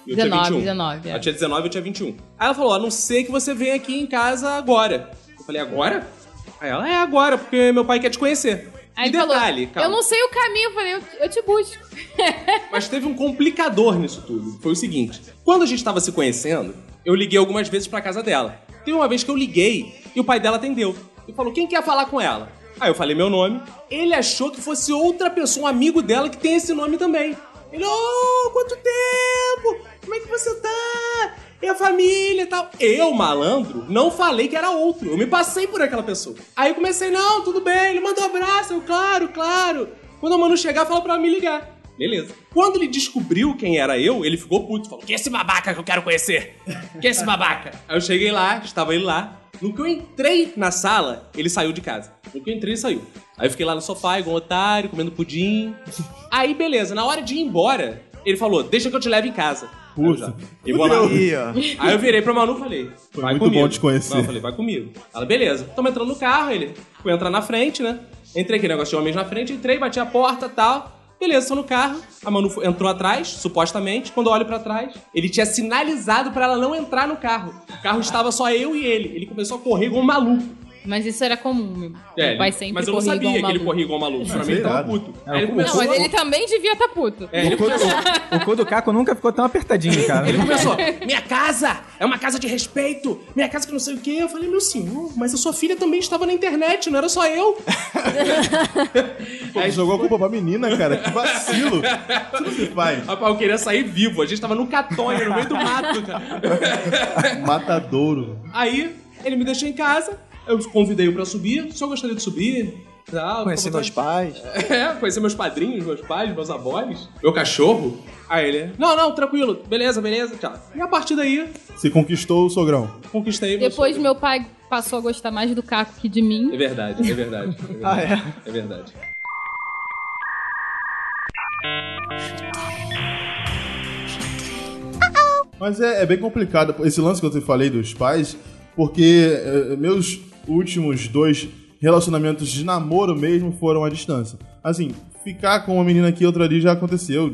S1: Eu
S4: 19,
S1: tinha 21.
S4: 19, é.
S1: Ela tinha 19, eu tinha 21. Aí ela falou, a não ser que você venha aqui em casa agora. Eu falei, agora? Aí ela, é agora, porque meu pai quer te conhecer.
S4: Aí
S1: e
S4: ele falou,
S1: detalhe, calma,
S4: eu não sei o caminho, eu falei, eu, eu te busco.
S1: mas teve um complicador nisso tudo. Foi o seguinte, quando a gente tava se conhecendo, eu liguei algumas vezes pra casa dela. Teve uma vez que eu liguei e o pai dela atendeu. E falou, quem quer falar com ela? Aí eu falei meu nome. Ele achou que fosse outra pessoa, um amigo dela, que tem esse nome também. Ele, oh, quanto tempo! Como é que você tá? E a família e tal. Eu, malandro, não falei que era outro. Eu me passei por aquela pessoa. Aí eu comecei, não, tudo bem, ele mandou abraço, eu, claro, claro. Quando o mano chegar, fala pra ela me ligar. Beleza. Quando ele descobriu quem era eu, ele ficou puto. Falou: Quem é esse babaca que eu quero conhecer? Quem é esse babaca? Aí eu cheguei lá, estava ele lá. No que eu entrei na sala, ele saiu de casa. No que eu entrei, ele saiu. Aí eu fiquei lá no sofá, igual um otário, comendo pudim. Aí, beleza. Na hora de ir embora, ele falou: Deixa que eu te levo em casa. Aí eu já- E vou lá.
S2: Aí, ó.
S1: Aí eu virei pra Manu e falei:
S6: Foi
S1: vai
S6: muito
S1: comigo.
S6: bom te conhecer.
S1: Não, eu falei: vai comigo. Ela, beleza. Tamo entrando no carro, ele foi entrar na frente, né? Entrei aquele negócio de homens na frente, entrei, bati a porta tal. Beleza, tô no carro. A Manu foi- entrou atrás, supostamente. Quando eu olho pra trás, ele tinha sinalizado pra ela não entrar no carro. O carro estava só eu e ele. Ele começou a correr igual um maluco.
S4: Mas isso era comum, meu.
S1: É,
S4: meu pai
S1: ele-
S4: sempre
S1: mas eu não
S4: corria
S1: sabia
S4: igual
S1: que
S4: um
S1: ele
S4: maluco.
S1: corria igual um maluco. Pra
S6: Ah,
S1: mim ele tava
S6: irado.
S1: puto.
S5: É,
S1: Aí ele
S5: eu-
S4: Não,
S1: começou.
S4: mas ele também devia estar puto.
S1: É, ele
S5: O cu,
S1: começou.
S5: do, o cu do Caco nunca ficou tão apertadinho, cara.
S1: Ele começou, minha casa é uma casa de respeito, minha casa que não sei o quê. Eu falei, meu senhor, mas a sua filha também estava na internet, não era só eu.
S6: Pô,
S1: é
S6: jogou a culpa pra menina, cara. Que vacilo. Isso não se faz.
S1: Rapaz, eu queria sair vivo, a gente tava no catonho, no meio do mato, cara.
S6: Matadouro.
S1: Aí, ele me deixou em casa, eu convidei-o pra subir, só gostaria de subir. Tal,
S2: Conheci
S1: tava-
S2: meus pais.
S1: É, conheci meus padrinhos, meus pais, meus avós, meu cachorro. Aí ele, não, não, tranquilo, beleza, beleza, tchau. E a partir daí,
S6: Você conquistou o sogrão.
S1: conquistei meu
S4: Depois
S1: sogro.
S4: meu pai passou a gostar mais do Caco que de mim.
S1: É verdade, é verdade. É verdade.
S2: Ah, é?
S1: É verdade.
S6: Mas é, é bem complicado pô, esse lance que eu te falei dos pais, porque eh, meus últimos dois relacionamentos de namoro mesmo foram à distância. Assim, ficar com uma menina aqui e outra ali já aconteceu.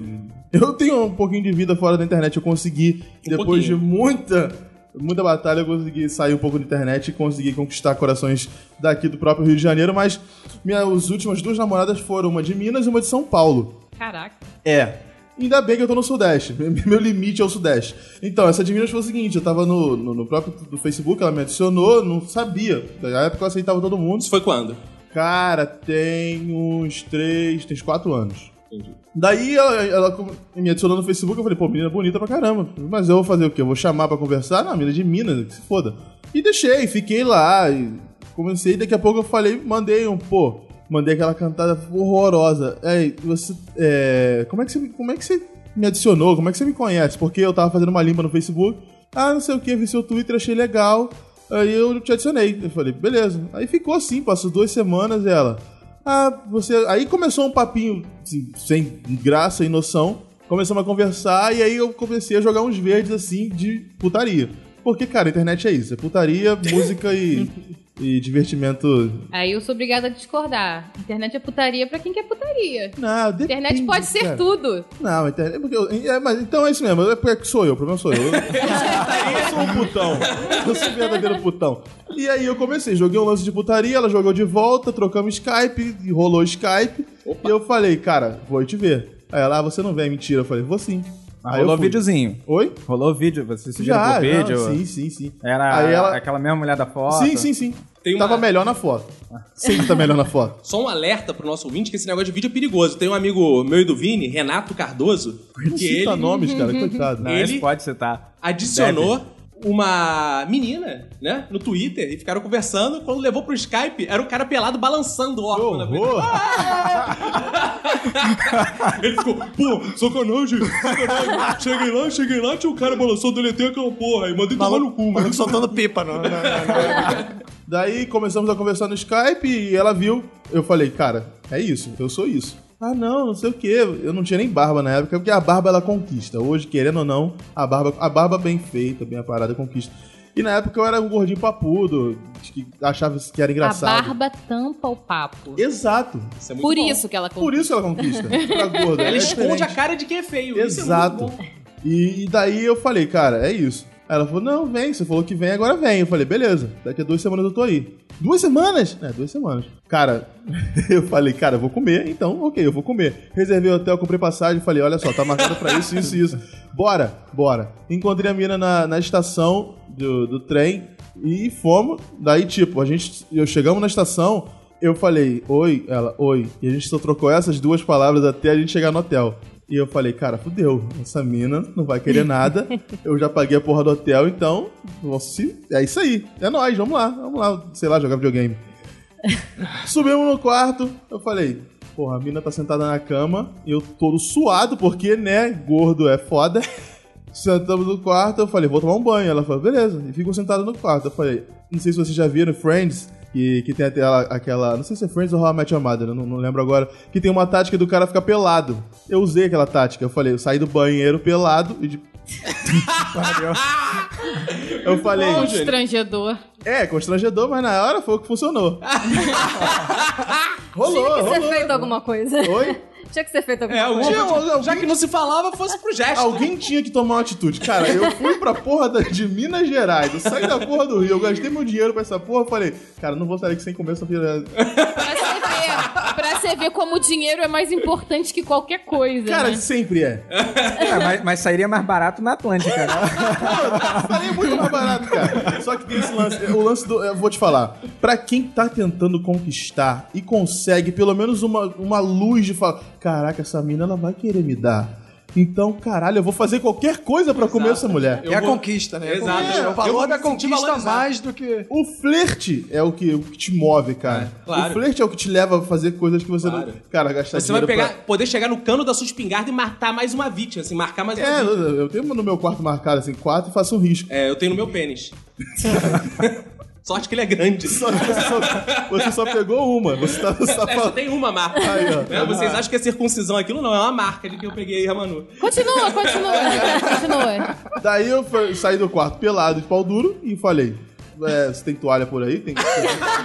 S6: Eu tenho um pouquinho de vida fora da internet, eu consegui,
S1: Um
S6: depois de
S1: pouquinho.
S6: muita. Muita batalha eu consegui sair um pouco da internet e consegui conquistar corações daqui do próprio Rio de Janeiro, mas minhas últimas duas namoradas foram uma de Minas e uma de São Paulo.
S4: Caraca.
S6: É. Ainda bem que eu tô no Sudeste. Meu limite é o Sudeste. Então, essa de Minas foi o seguinte: eu tava no, no, no próprio do Facebook, ela me adicionou, não sabia. Na época eu aceitava todo mundo.
S1: Isso foi quando?
S6: Cara, tem uns três, tem uns quatro anos. Daí ela, ela com- me adicionou no Facebook, eu falei, pô, menina bonita pra caramba. Mas eu vou fazer o quê? Eu vou chamar pra conversar? Não, menina de Minas, que se foda. E deixei, fiquei lá, e comecei, daqui a pouco eu falei, mandei um, pô, mandei aquela cantada horrorosa. Aí, você. É, como é que você. Como é que você me adicionou? Como é que você me conhece? Porque eu tava fazendo uma limpa no Facebook. Ah, não sei o que, vi seu Twitter, achei legal. Aí eu te adicionei. Eu falei, beleza. Aí ficou assim, passou duas semanas ela. Ah, você. Aí começou um papinho assim, sem graça e noção. Começamos a conversar e aí eu comecei a jogar uns verdes assim de putaria. Porque, cara, a internet é isso: é putaria, música e, e divertimento.
S4: Aí eu sou obrigada a discordar. Internet é putaria pra quem quer putaria.
S6: Não,
S4: Internet
S6: Ah, depende,
S4: pode ser
S6: cara.
S4: tudo.
S6: Não, a internet. é Porque eu- é, mas, então é isso mesmo. É porque sou eu, o problema sou eu. Eu, eu sou um putão. Eu sou um verdadeiro putão. E aí eu comecei, joguei um lance de putaria, ela jogou de volta, trocamos Skype, e rolou Skype. E eu falei, cara, vou te ver. Aí ela, ah, você não vem, mentira. Eu falei, vou sim. Aí Ah, eu
S5: Ah, rolou
S6: fui.
S5: videozinho.
S6: Oi?
S5: Rolou vídeo, vocês se viram
S6: Já,
S5: pro
S6: já,
S5: vídeo?
S6: sim, sim, sim.
S5: Era
S6: Aí ela-
S5: aquela mesma mulher da foto? Ah.
S6: Sim, sim, sim.
S1: Tem uma-
S6: Tava melhor na foto. Sempre tá melhor na foto.
S1: Só um alerta pro nosso ouvinte que esse negócio de vídeo é perigoso. Tem um amigo meu e do Vini, Renato Cardoso,
S6: Não
S1: que
S6: cita
S1: ele
S6: nomes, cara, coitado.
S5: Não,
S1: Ele-
S5: esse pode citar.
S1: adicionou uma menina, né, no Twitter e ficaram conversando. Quando levou pro Skype, era o cara pelado balançando o
S6: Que
S1: órgão na frente.
S6: horror.
S1: Ele ficou, pô, sacanagem, sacanagem. Cheguei lá, cheguei lá, tinha um cara balançando, deletei aquela porra, e mandei tomar no cu.
S2: Maluco soltando pipa. Não, não, não.
S6: Daí começamos a conversar no Skype e ela viu. Eu falei, cara, é isso, eu sou isso. Ah, não, não sei o que. Eu não tinha nem barba na época, porque a barba ela conquista. Hoje, querendo ou não, a barba, a barba bem feita, bem aparada, conquista. E na época eu era um gordinho papudo, que achava que era engraçado.
S4: A barba tampa o papo.
S6: Exato.
S1: Isso é muito
S4: Por
S1: bom.
S4: isso né? que ela
S6: Por isso ela conquista. Pra gorda.
S1: Ela
S6: é
S1: esconde
S6: diferente.
S1: a cara de quem é feio. Isso é muito
S6: Exato.
S1: bom.
S6: E, e daí eu falei, cara, é isso. Aí ela falou, não, vem, você falou que vem, agora vem. Eu falei, beleza, daqui a duas semanas eu tô aí. Duas semanas? É, duas semanas. Cara, eu falei, cara, eu vou comer, então, ok, eu vou comer. Reservei o hotel, comprei passagem, falei, olha só, tá marcado pra isso, isso e isso. Bora, bora. Encontrei a mina na, na estação do, do trem e fomos. Daí, tipo, a gente, eu chegamos na estação, eu falei, oi, ela, oi. E a gente só trocou essas duas palavras até a gente chegar no hotel. E eu falei, cara, fudeu, essa mina não vai querer nada. Eu já paguei a porra do hotel, então, nossa, é isso aí. É nóis, vamos lá, vamos lá, sei lá, jogar videogame. Subimos no quarto, eu falei, porra, a mina tá sentada na cama, eu todo suado, porque, né, gordo é foda. Sentamos no quarto, eu falei, vou tomar um banho. Ela falou, beleza. E ficou sentada no quarto. Eu falei, não sei se vocês já viram Friends, que, que tem até ela- aquela. Não sei se é Friends ou How I Met Your Mother, eu não, não lembro agora. Que tem uma tática do cara ficar pelado. Eu usei aquela tática. Eu falei, eu saí do banheiro pelado e de. eu falei,
S4: Constrangedor.
S6: é constrangedor, mas na hora foi o que funcionou. rolou,
S3: Tinha que ser
S6: rolou.
S3: feito alguma coisa.
S6: Oi?
S3: Tinha que ser feito alguma
S1: É,
S3: coisa.
S1: alguma
S6: Tinha
S1: coisa-
S6: alguém-
S1: já que não se falava, fosse pro gesto.
S6: Alguém tinha que tomar uma atitude. Cara, eu fui pra porra da- de Minas Gerais, eu saí da porra do Rio, eu gastei meu dinheiro pra essa porra, eu falei, cara, não vou sair aqui sem comer essa pirada.
S4: Pra você ver, pra você ver como o dinheiro é mais importante que qualquer coisa.
S6: Cara,
S4: né?
S6: sempre é.
S5: É, mas, mas sairia mais barato na Atlântica, né?
S6: Falei muito mais barato, cara. Só que tem esse lance, o lance do, eu vou te falar, pra quem tá tentando conquistar e consegue pelo menos uma, uma luz de falar, caraca, essa mina, ela vai querer me dar. Então, caralho, eu vou fazer qualquer coisa pra comer
S1: Exato.
S6: essa mulher.
S1: Eu
S2: É a
S1: vou-
S2: conquista, né? É a
S1: Exato.
S2: conquista. É o
S1: Eu
S2: valor
S1: vou
S2: da
S1: me sentir
S2: conquista
S1: valorizado.
S2: mais do que...
S6: O flerte Um é o que, o que te move, cara.
S1: É, claro.
S6: O flerte é o que te leva a fazer coisas que você
S1: Claro.
S6: não. Cara, gastar
S1: Você vai
S6: dinheiro
S1: pegar, poder chegar no cano da sua espingarda e matar mais uma vítima, assim, marcar mais
S6: pra-
S1: uma
S6: É,
S1: vítima.
S6: eu, eu tenho no meu quarto marcado assim, quatro e faço um risco.
S1: É, eu tenho no meu pênis. Sorte que ele é grande.
S6: Só que você, só, você só pegou uma. Você tá, você tá
S1: É, só
S6: falando.
S1: tem uma marca.
S6: Aí, ó.
S1: Né? Vocês acham que é circuncisão aquilo? Não, é uma marca de que eu peguei a Manu.
S4: Continua, continua, continua.
S6: Daí eu fa- saí do quarto pelado de pau duro e falei: é, você tem toalha por aí? Tem tem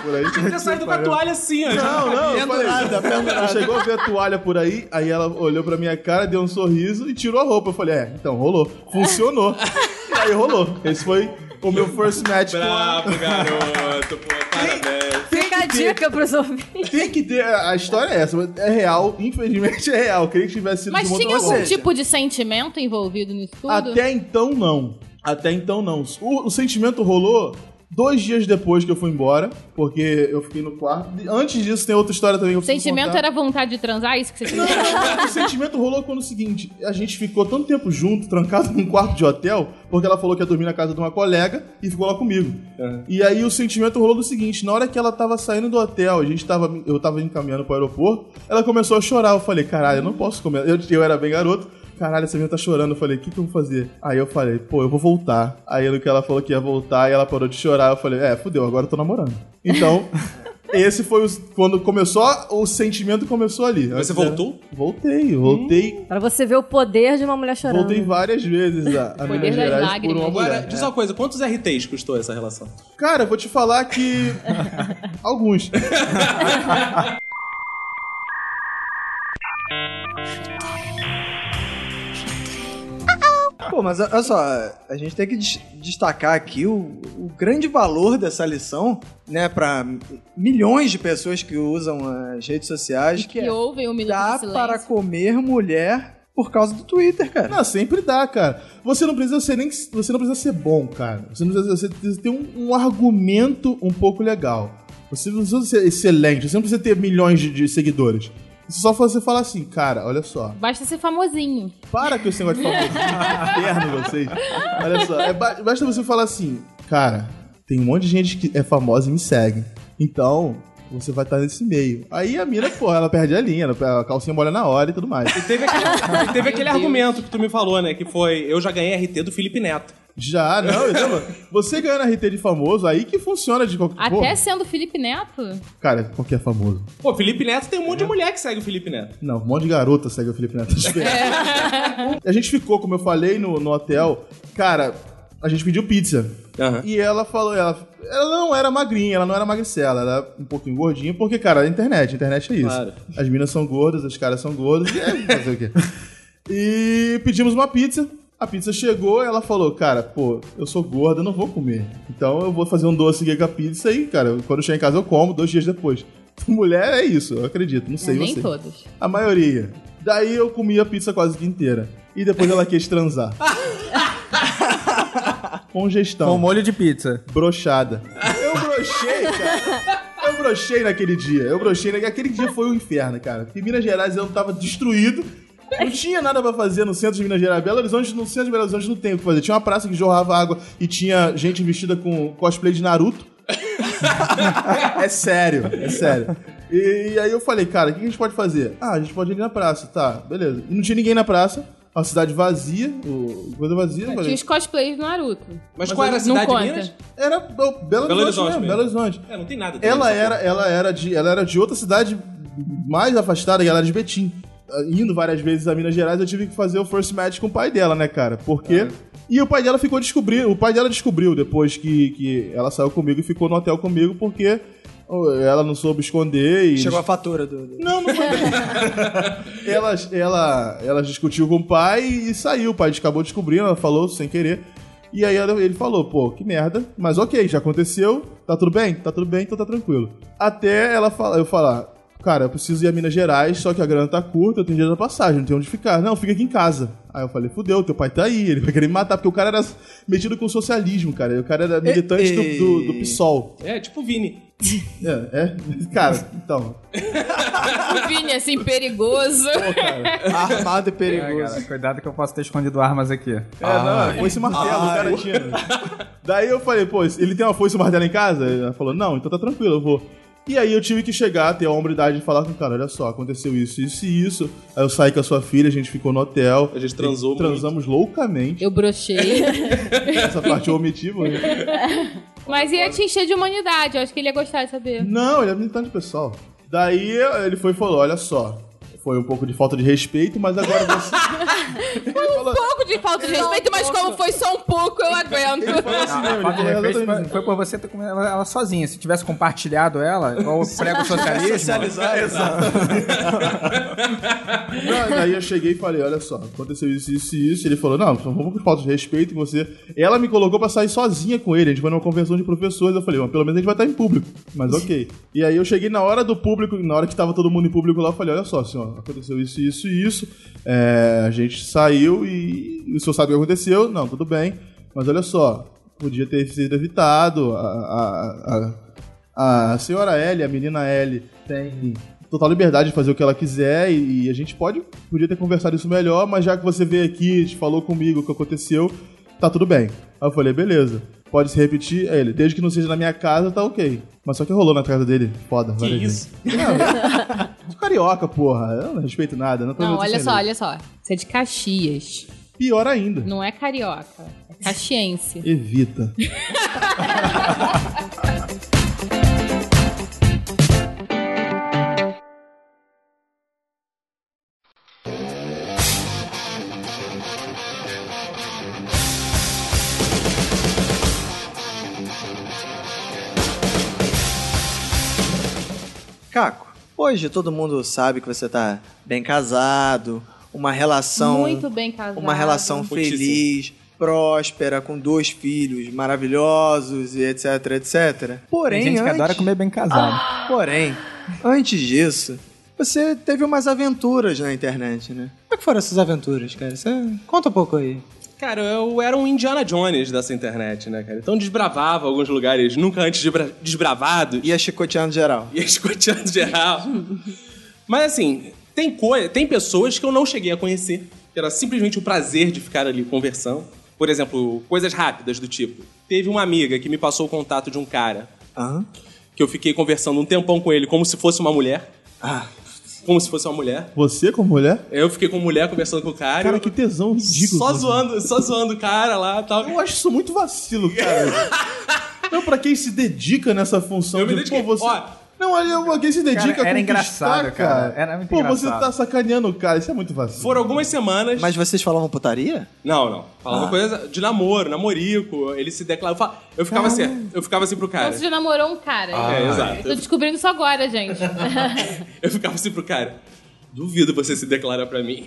S6: por aí?
S1: Tinha que ter saído com a toalha assim, ó.
S6: Não, não, eu falei, Chegou a ver a toalha por aí, aí ela olhou pra minha cara, deu um sorriso e tirou a roupa. Eu falei, é, então rolou. Funcionou. e aí rolou. Esse foi o meu first match. com a-
S1: Bravo, garoto. Pô, parabéns.
S3: Fica a dica pros ouvintes.
S6: Tem que ter. A história é essa, mas é real, infelizmente é real. Queria que tivesse sido
S4: Mas
S6: de uma
S4: tinha
S6: outra
S4: algum
S6: forma.
S4: tipo de sentimento envolvido nisso tudo?
S6: Até então, não. Até então, não. O, o sentimento rolou dois dias depois que eu fui embora, porque eu fiquei no quarto. Antes disso, tem outra história também. que eu
S4: O
S6: preciso
S4: sentimento
S6: contar.
S4: era vontade de transar, isso que você queria?
S6: o sentimento rolou quando o seguinte: a gente ficou tanto tempo junto, trancado num quarto de hotel, porque ela falou que ia dormir na casa de uma colega e ficou lá comigo.
S1: É.
S6: E aí o sentimento rolou do seguinte: na hora que ela tava saindo do hotel, a gente tava, eu tava encaminhando pro aeroporto, ela começou a chorar. Eu falei: caralho, eu não posso comer. Eu, eu era bem garoto. Caralho, essa menina tá chorando. Eu falei, o que, que eu vou fazer? Aí eu falei, pô, eu vou voltar. Aí no que ela falou que ia voltar e ela parou de chorar, eu falei, é, fudeu, agora eu tô namorando. Então, Esse foi os- quando começou, o sentimento começou ali. Antes
S1: Você
S6: era-
S1: voltou?
S6: Voltei, voltei.
S3: Pra você ver o poder de uma mulher chorando.
S6: Voltei várias vezes a, a
S4: Poder
S6: Minas
S4: das
S6: Gerais por
S4: lágrimas.
S6: uma
S4: Agora,
S6: mulher.
S1: Agora, diz uma coisa, quantos RTs custou essa relação?
S6: Cara, eu vou te falar que. Alguns.
S2: Pô, mas olha só, a gente tem que des- destacar aqui o, o grande valor dessa lição, né, pra milhões de pessoas que usam as redes sociais, que
S4: Que
S2: é
S4: ouvem um minuto
S2: dá
S4: de silêncio.
S2: para comer mulher por causa do Twitter, cara.
S6: Não, sempre dá, cara. Você não precisa ser nem. Você não precisa ser bom, cara. Você não precisa, você precisa ter um, um argumento um pouco legal. Você não precisa ser excelente, você não precisa ter milhões de, de seguidores. Só você falar assim, cara, olha só.
S4: Basta ser famosinho.
S6: Para com esse negócio de famoso. Inferno vocês. Olha só, é ba- basta você falar assim, cara, tem um monte de gente que é famosa e me segue. Então, você vai estar nesse meio. Aí a mina, porra, ela perde a linha, ela- a calcinha molha na hora e tudo mais.
S1: Teve aquele, e teve aquele
S4: Deus.
S1: argumento que tu me falou, né? Que foi, eu já ganhei RT do Felipe Neto.
S6: Já, não, entendeu? Você ganhando RT de famoso, aí que funciona de qualquer
S4: Até sendo Felipe Neto.
S6: Pô, Cara, qualquer famoso.
S1: Pô, Felipe Neto tem um monte de mulher que segue o Felipe Neto.
S6: Não, um monte de garota segue o Felipe Neto. A gente ficou, como eu falei, no, no hotel. Cara, a gente pediu pizza.
S1: Aham.
S6: E ela falou, ela, ela não era magrinha, ela não era magricela, ela era um pouquinho gordinha, porque, cara, a internet, a internet é isso.
S1: Claro.
S6: As minas são gordas, os caras são gordos, e é fazer o quê? E pedimos uma pizza. A pizza chegou, ela falou, cara, pô, eu sou gorda, eu não vou comer. Então eu vou fazer um doce aqui com a pizza e, cara, quando eu chegar em casa eu como, dois dias depois. Mulher é isso, eu acredito, não sei
S4: Nem
S6: você.
S4: todos.
S6: A maioria. Daí eu comi a pizza quase que inteira. E depois ela quis transar. Congestão.
S5: Com molho de pizza.
S6: Brochada. Eu brochei, cara. Eu brochei naquele dia. Eu brochei naquele aquele dia foi um inferno, cara. Porque Minas Gerais eu tava destruído. Não tinha nada pra fazer no centro de Minas Gerais. Belo Horizonte, no centro de Belo Horizonte não tem o que fazer. Tinha uma praça que jorrava água e tinha gente vestida com cosplay de Naruto. é sério, é sério. E aí eu falei, cara, o que a gente pode fazer? Ah, a gente pode ir na praça, tá, beleza. E não tinha ninguém na praça, a cidade vazia, o- coisa vazia. eu
S4: Tinha
S6: falei,
S4: os cosplays do Naruto.
S1: Mas, qual era a
S4: não
S1: cidade de
S4: conta.
S1: Minas?
S6: era Belo, Belo Horizonte,
S1: Horizonte
S6: mesmo,
S1: mesmo.
S6: Belo Horizonte.
S1: É, não tem nada. também,
S2: né,
S6: Ela
S1: sabe?
S6: era, ela, era de, ela era de outra cidade mais afastada, que ela era de Betim. Ah, Indo várias vezes a Minas Gerais, eu tive que fazer o first match com o pai dela, né, cara? Porque. E o pai dela ficou descobrindo. O pai dela descobriu depois que, que ela saiu comigo e ficou no hotel comigo porque oh, ela não soube esconder e.
S2: Chegou a fatura do... do-
S6: Não, não foi. ela, ela, ela discutiu com o pai e saiu. O pai acabou descobrindo, ela falou sem querer. E aí ela- ele falou, pô, que merda. Mas ok, já aconteceu. Tá tudo bem? Tá tudo bem, então tá tranquilo. Até ela fala, eu falar, cara, eu preciso ir a Minas Gerais, só que a grana tá curta, eu tenho dinheiro da passagem, não tenho onde ficar. Não, fica aqui em casa. Aí eu falei, fudeu, teu pai tá aí, ele vai querer me matar, porque o cara era metido com socialismo, cara. O cara era militante do, do, do PSOL.
S1: É, tipo o Vini.
S6: É, é. Cara, então.
S4: O Vini, assim, perigoso.
S6: Pô, cara.
S2: Armado e
S5: É,
S2: perigoso.
S5: cara, cuidado que eu posso ter escondido armas aqui.
S6: É, não, foi esse martelo, o cara tinha. Daí eu falei, pô, ele tem uma foice e um martelo em casa? Ela falou, não, então tá tranquilo, eu vou. E aí eu tive que chegar, ter a hombridade de falar com o cara, olha só, aconteceu isso, isso e isso. Aí eu saí com a sua filha, a gente ficou no hotel.
S1: A gente transou
S6: Transamos loucamente.
S4: Eu brochei.
S6: Essa parte né? eu omiti, mas...
S4: Mas ia te encher de humanidade. Eu acho que ele ia gostar de saber.
S6: Não, ele é militante pessoal. Daí ele foi e falou, olha só, foi um pouco de falta de respeito, mas agora você... ele falou,
S4: pouco de falta de respeito, mas como foi só um pouco, eu aguento.
S6: falou assim, mesmo,
S1: é
S6: ele
S5: Falta de
S6: falou
S5: respeito,
S6: exatamente
S5: foi, foi por você ter comido ela ela sozinha. Se tivesse compartilhado ela, igual o prego socialismo,
S6: Não, aí eu cheguei e falei, olha só, aconteceu isso, isso e isso. Ele falou, não, só vamos por falta de respeito com você. Ela me colocou pra sair sozinha com ele. A gente foi numa convenção de professores. Eu falei, "Bom, pelo menos a gente vai estar em público. Mas ok. E aí eu cheguei na hora do público, na hora que tava todo mundo em público lá, eu falei, olha só, senhor, aconteceu isso, isso e isso. É, a gente saiu e, e o senhor sabe o que aconteceu? Não, tudo bem. Mas olha só, podia ter sido evitado. A, a- a- a senhora L, a menina L, tem total liberdade de fazer o que ela quiser e, e a gente pode podia ter conversado isso melhor, mas já que você veio aqui, te falou comigo o que aconteceu, tá tudo bem. Aí eu falei, beleza. Pode se repetir, Aí ele, desde que não seja na minha casa, tá ok. Mas só que rolou na casa dele, foda,
S1: Que
S6: várias vezes.
S1: isso?
S6: Sou Carioca, porra, eu não respeito nada. Não, tô
S4: Não,
S6: junto
S4: olha
S6: sem
S4: só,
S6: lei.
S4: olha só. Você é de Caxias.
S6: Pior ainda,
S4: Não é carioca. É caxiense.
S6: evita.
S2: Caco, hoje todo mundo sabe que você tá bem casado, uma relação.
S4: Muito bem casado.
S2: Uma
S4: Uhum.
S2: relação
S1: Muitíssimo.
S2: feliz, próspera, com dois filhos maravilhosos e etc, etc. Porém,
S5: Tem gente que
S2: antes,
S5: adora comer bem casado.
S2: porém, antes disso, você teve umas aventuras na internet, né? Como é que foram essas aventuras, cara? Você conta um pouco aí.
S1: Cara, eu era um Indiana Jones dessa internet, né, cara? Então desbravava alguns lugares nunca antes desbra- desbravados.
S2: Ia chicoteando geral.
S1: e escoteando geral. Mas assim, tem coisa, tem pessoas que eu não cheguei a conhecer. que Era simplesmente o prazer de ficar ali conversando. Por exemplo, coisas rápidas do tipo. Teve uma amiga que me passou o contato de um cara
S2: Aham.
S1: que eu fiquei conversando um tempão com ele como se fosse uma mulher.
S2: Ah.
S1: Como se fosse uma mulher.
S6: Você, como mulher?
S1: Eu fiquei com mulher conversando com o cara.
S6: Cara,
S1: eu-
S6: que tesão ridículo.
S1: só
S6: mano.
S1: zoando, só zoando o cara lá e tal.
S6: Eu acho isso muito vacilo, cara. Não, pra quem se dedica nessa função
S1: Eu me
S6: de,
S1: dediquei.
S6: pô, você...
S1: Ó.
S6: Não, olha, pra quem se dedica
S5: Cara,
S6: a
S5: era
S6: conquistar,
S5: engraçado, cara. Era muito
S6: pô,
S5: engraçado.
S6: você tá sacaneando o cara, isso é muito vacilo.
S1: Foram algumas semanas.
S2: Mas vocês falavam putaria?
S1: Não, não.
S6: Ah.
S1: Falava coisa de namoro, namorico. Ele se declarava. fa- Eu ficava assim, eu ficava assim pro cara.
S4: Você já namorou um cara.
S1: É,
S4: Eu
S1: exato.
S4: tô descobrindo isso agora, gente.
S1: Eu ficava assim pro cara. Duvido você se declarar pra mim.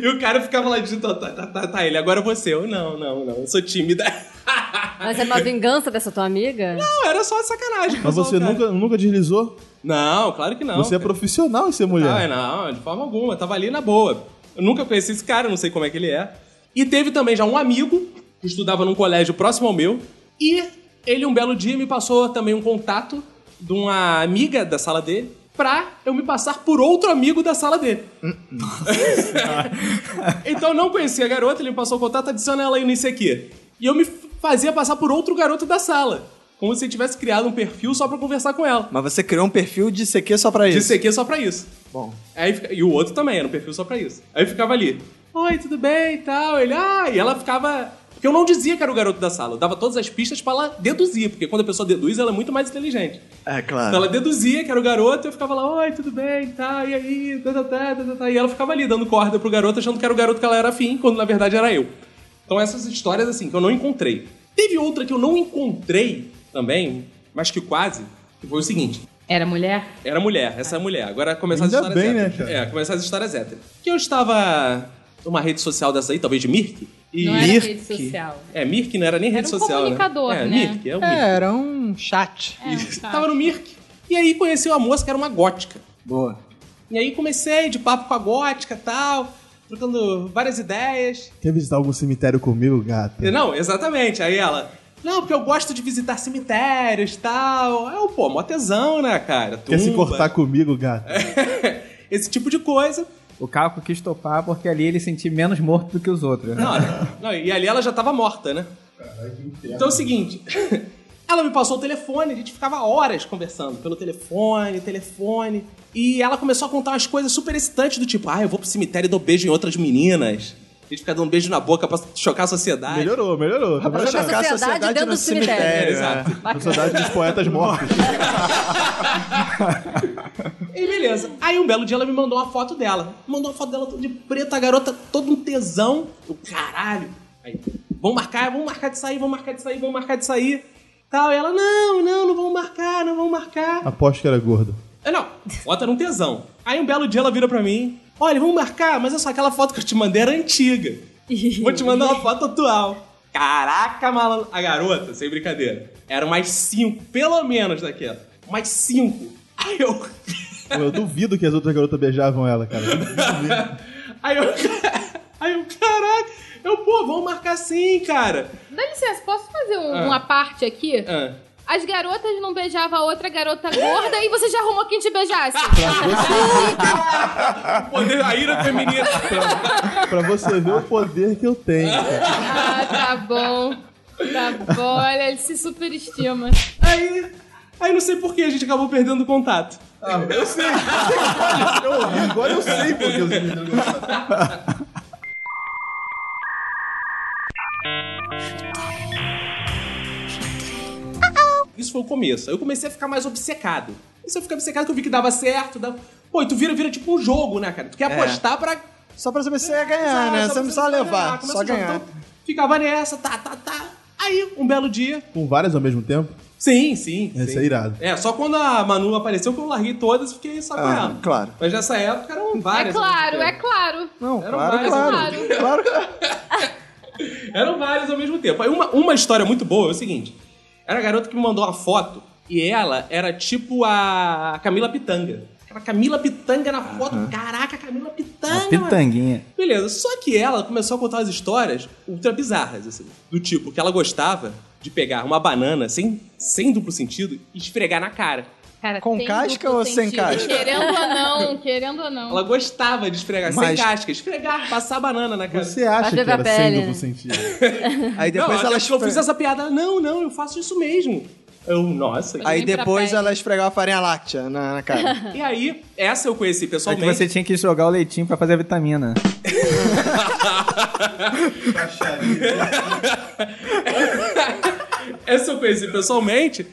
S1: e o cara ficava lá digitando, tá, tá, tá, tá, ele, agora você. Eu, não, não, não, eu sou tímida.
S3: Mas é uma vingança dessa tua amiga?
S1: não, era só sacanagem.
S6: Mas
S1: pessoal,
S6: você
S1: cara.
S6: nunca, nunca deslizou?
S1: Não, claro que não.
S6: você é
S1: cara.
S6: profissional em ser mulher.
S1: Não, é não, de forma alguma. Tava ali na boa. Eu nunca conheci esse cara, não sei como é que ele é. E teve também já um amigo que estudava num colégio próximo ao meu. E ele, um belo dia, me passou também um contato de uma amiga da sala dele pra eu me passar por outro amigo da sala dele. então eu não conhecia a garota, ele me passou o contato, adiciona ela aí nisso aqui. E eu me fazia passar por outro garoto da sala. Como se eu tivesse criado um perfil só pra conversar com ela.
S2: Mas você criou um perfil de CQ só pra isso.
S1: Disse aqui só pra isso.
S2: Bom.
S1: Aí, fica- e o outro também, era um perfil só pra isso. Aí eu ficava ali, oi, tudo bem e tal. Ele, ah, e ela ficava. Porque eu não dizia que era o garoto da sala, eu dava todas as pistas pra ela deduzir, porque quando a pessoa deduz, ela é muito mais inteligente.
S2: É
S1: Então
S2: claro.
S1: ela deduzia que era o garoto, e eu ficava lá, oi, tudo bem e tal, e aí, tá, tá, tá, tá, tá, tá. E ela ficava ali dando corda pro garoto, achando que era o garoto que ela era afim, quando na verdade era eu. Então essas histórias, assim, que eu não encontrei. Teve outra que eu não encontrei também, mas que quase, que foi o seguinte.
S4: Era mulher?
S1: Era mulher, essa é mulher. Agora começar
S6: Ainda
S1: as histórias
S6: bem, né,
S1: héteras.
S6: cara?
S1: É, começar as histórias héteras. Que eu estava numa rede social dessa aí, talvez de Mirk. E...
S4: Não era
S2: Mirk.
S4: rede social.
S1: É, Mirk não era nem rede
S4: um
S1: social. né?
S4: comunicador,
S1: É,
S4: né?
S1: Mirk, é o Mirk.
S2: era um chat.
S4: É,
S1: Isso.
S4: tá.
S1: Tava no Mirk. E aí conheci uma moça que era uma gótica.
S2: Boa.
S1: E aí comecei de papo com a gótica e tal, trocando várias ideias.
S6: Quer visitar algum cemitério comigo, gata?
S1: E Não, exatamente. Aí ela. Não, porque eu gosto de visitar cemitérios e tal. Eu, pô, mó tesão, né, cara?
S6: Quer se
S1: Tumba. É
S6: cortar comigo, gata?
S1: Esse tipo de coisa.
S5: O Caco quis topar porque ali ele sentia menos morto do que os outros. É
S1: Não, não, e ali ela já tava morta, né? Então é o seguinte. Ela me passou o telefone, a gente ficava horas conversando pelo telefone, telefone. E ela começou a contar umas coisas super excitantes do tipo, ah, eu vou pro cemitério e dou beijo em outras meninas. A gente fica dando beijo na boca pra chocar a sociedade.
S6: Melhorou, melhorou. Tá
S2: Pra
S6: melhorando.
S2: chocar a
S3: sociedade
S2: sociedade
S3: dentro
S2: no
S3: do cemitério.
S1: É,
S2: cemitério.
S1: exato.
S6: Sociedade dos Poetas Mortos.
S1: E beleza. Aí um belo dia ela me mandou uma foto dela. Mandou uma foto dela toda de preta, a garota todo um tesão. Eu, caralho. Aí, vamos marcar, vamos marcar de sair, vamos marcar de sair, vamos marcar de sair. Tal. E ela, não, não, não vamos marcar, não vamos marcar.
S6: Aposto que era gordo.
S1: Eu, não, foto era um tesão. Aí um belo dia ela vira pra mim, olha, vamos marcar, mas essa aquela foto que eu te mandei era antiga. Vou te mandar uma foto atual. Caraca, malandro. A garota, sem brincadeira, era mais cinco, pelo menos daquela. Mais cinco. Aí eu...
S6: Eu duvido que as outras garotas beijavam ela, cara.
S1: Aí eu. Aí eu, caraca! Eu, pô, vamos marcar sim, cara!
S4: Dá licença, posso fazer um-
S1: Ah.
S4: uma parte aqui?
S1: Ah,
S4: As garotas não beijavam a outra garota gorda e você já arrumou quem te beijasse.
S1: o poder da né, ira feminina.
S6: Pra você ver o poder que eu tenho, cara.
S4: ah, tá bom. Tá bom, olha, ele se superestima. É
S1: Aí. Aí não sei por que a gente acabou perdendo o contato.
S6: Eu sei. Eu ouvi agora, eu sei porque eu sei.
S1: Isso foi o começo. Aí eu comecei a ficar mais obcecado. Isso eu fiquei obcecado que eu vi que dava certo. Dava... Pô, e tu vira, vira tipo um jogo, né, cara? Tu quer apostar pra
S2: Só pra saber se você ia ganhar, É. né? Você não precisa levar,
S1: começa
S2: só
S1: o jogo.
S2: ganhar.
S1: Então, ficava nessa, tá, tá, tá. Aí, um belo dia,
S6: Com várias ao mesmo tempo?
S1: Sim, sim.
S6: Esse
S1: sim.
S6: é irado.
S1: É, só quando a Manu apareceu que eu larguei todas e fiquei só com
S2: Ah,
S1: ela.
S2: claro.
S1: Mas nessa época eram
S4: É
S1: várias.
S4: claro, é claro.
S2: Não,
S1: Eram
S2: claro,
S1: vários,
S2: claro, claro.
S4: é
S1: Eram várias ao mesmo tempo. Aí uma, uma história muito boa é o seguinte: era a garota que me mandou uma foto e ela era tipo a Camila Pitanga. Era a Camila Pitanga na foto. Caraca, Camila Pitanga.
S5: Uma
S1: mano.
S5: pitanguinha.
S1: Beleza, só que ela começou a contar umas histórias ultra bizarras, assim. Do tipo, que ela gostava de pegar uma banana sem, sem duplo sentido e esfregar na cara.
S4: Cara,
S2: Com
S4: tem
S2: casca
S4: duplo
S2: ou sem
S4: sentido.
S2: casca?
S4: Querendo ou não, querendo ou não.
S1: Ela gostava de esfregar sem
S2: Mas-
S1: casca, esfregar, passar a banana na cara.
S6: Você acha
S3: Acho
S6: que
S3: que
S6: era
S3: a pele,
S6: sem duplo
S3: né?
S6: sentido?
S2: Aí depois
S1: não,
S2: ela
S1: acho que eu
S2: esfre-
S1: fiz essa piada. Não, não, eu faço isso mesmo. Eu, nossa.
S4: Mas
S2: Aí
S4: nem pra
S2: depois
S4: pele.
S2: ela esfregava a farinha láctea na, na cara.
S1: E aí, essa eu conheci
S5: Só que
S1: pessoalmente.
S5: você tinha que jogar o leitinho pra fazer a vitamina.
S1: Essa eu conheci É pessoalmente.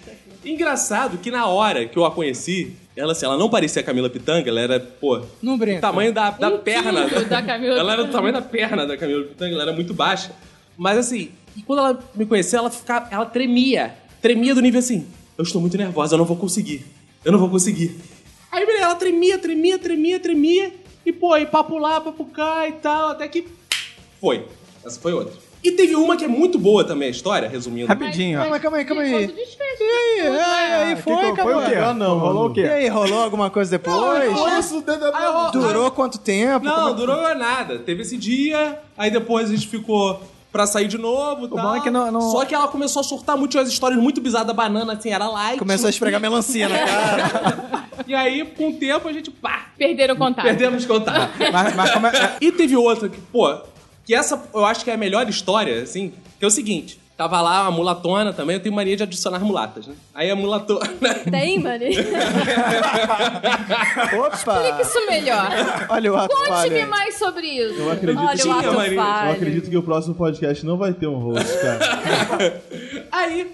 S1: Engraçado que na hora que eu a conheci, ela assim, ela não parecia a Camila Pitanga, ela era, pô,
S2: Não brinca.
S1: o tamanho da, da
S4: Um
S1: perna.
S4: quilo da Camila
S1: ela era
S4: Pitanga.
S1: do tamanho da perna da Camila Pitanga, ela era muito baixa. Mas assim, e quando ela me conheceu, ela ficava, ela tremia. Tremia do nível assim, eu estou muito nervosa, eu não vou conseguir. Eu não vou conseguir. Aí beleza, ela tremia, tremia, tremia, tremia. E pô, e papo lá, papo cá e tal, até que foi. Essa foi outra. E teve uma que é muito boa também a história, resumindo.
S5: Rapidinho, ó.
S2: Calma aí, calma aí, calma aí.
S4: Enquanto desfecho.
S2: E aí, aí, aí
S5: né? que
S2: foi,
S5: que- foi o
S2: acabou.
S5: quê?
S6: Ah, não,
S5: Rolou
S6: mano.
S5: o
S2: E
S5: quê?
S2: aí, rolou alguma coisa depois?
S6: Nossa, dedo-
S1: Aí eu-
S2: Durou quanto tempo?
S1: Não,
S2: Como-
S1: durou nada. Teve esse dia, aí depois a gente ficou pra sair de novo. O
S5: bom é que não- não-
S1: Só que ela começou a surtar muito tinha umas histórias muito bizarras da banana, assim, era light.
S2: Começou a esfregar melancia na cara.
S1: E aí, com o tempo, a gente, pá,
S4: Perderam o contato.
S1: perdemos contato.
S5: Mas, mas como é-
S1: E teve outra que, pô, que essa eu acho que é a melhor história, assim, que é o seguinte. Tava lá a mulatona também, eu tenho mania de adicionar mulatas, né? Aí a né? mulatona.
S3: Tem, mano?
S4: Explica
S2: Opa!
S4: isso melhor.
S2: Olha o ato
S4: Conte-me
S2: falho.
S4: mais sobre isso.
S6: Eu acredito,
S3: Olha o
S1: Tinha,
S3: ato
S1: Maria. Eu
S6: eu
S3: falho.
S6: acredito que o próximo podcast não vai ter um host, cara.
S1: Aí,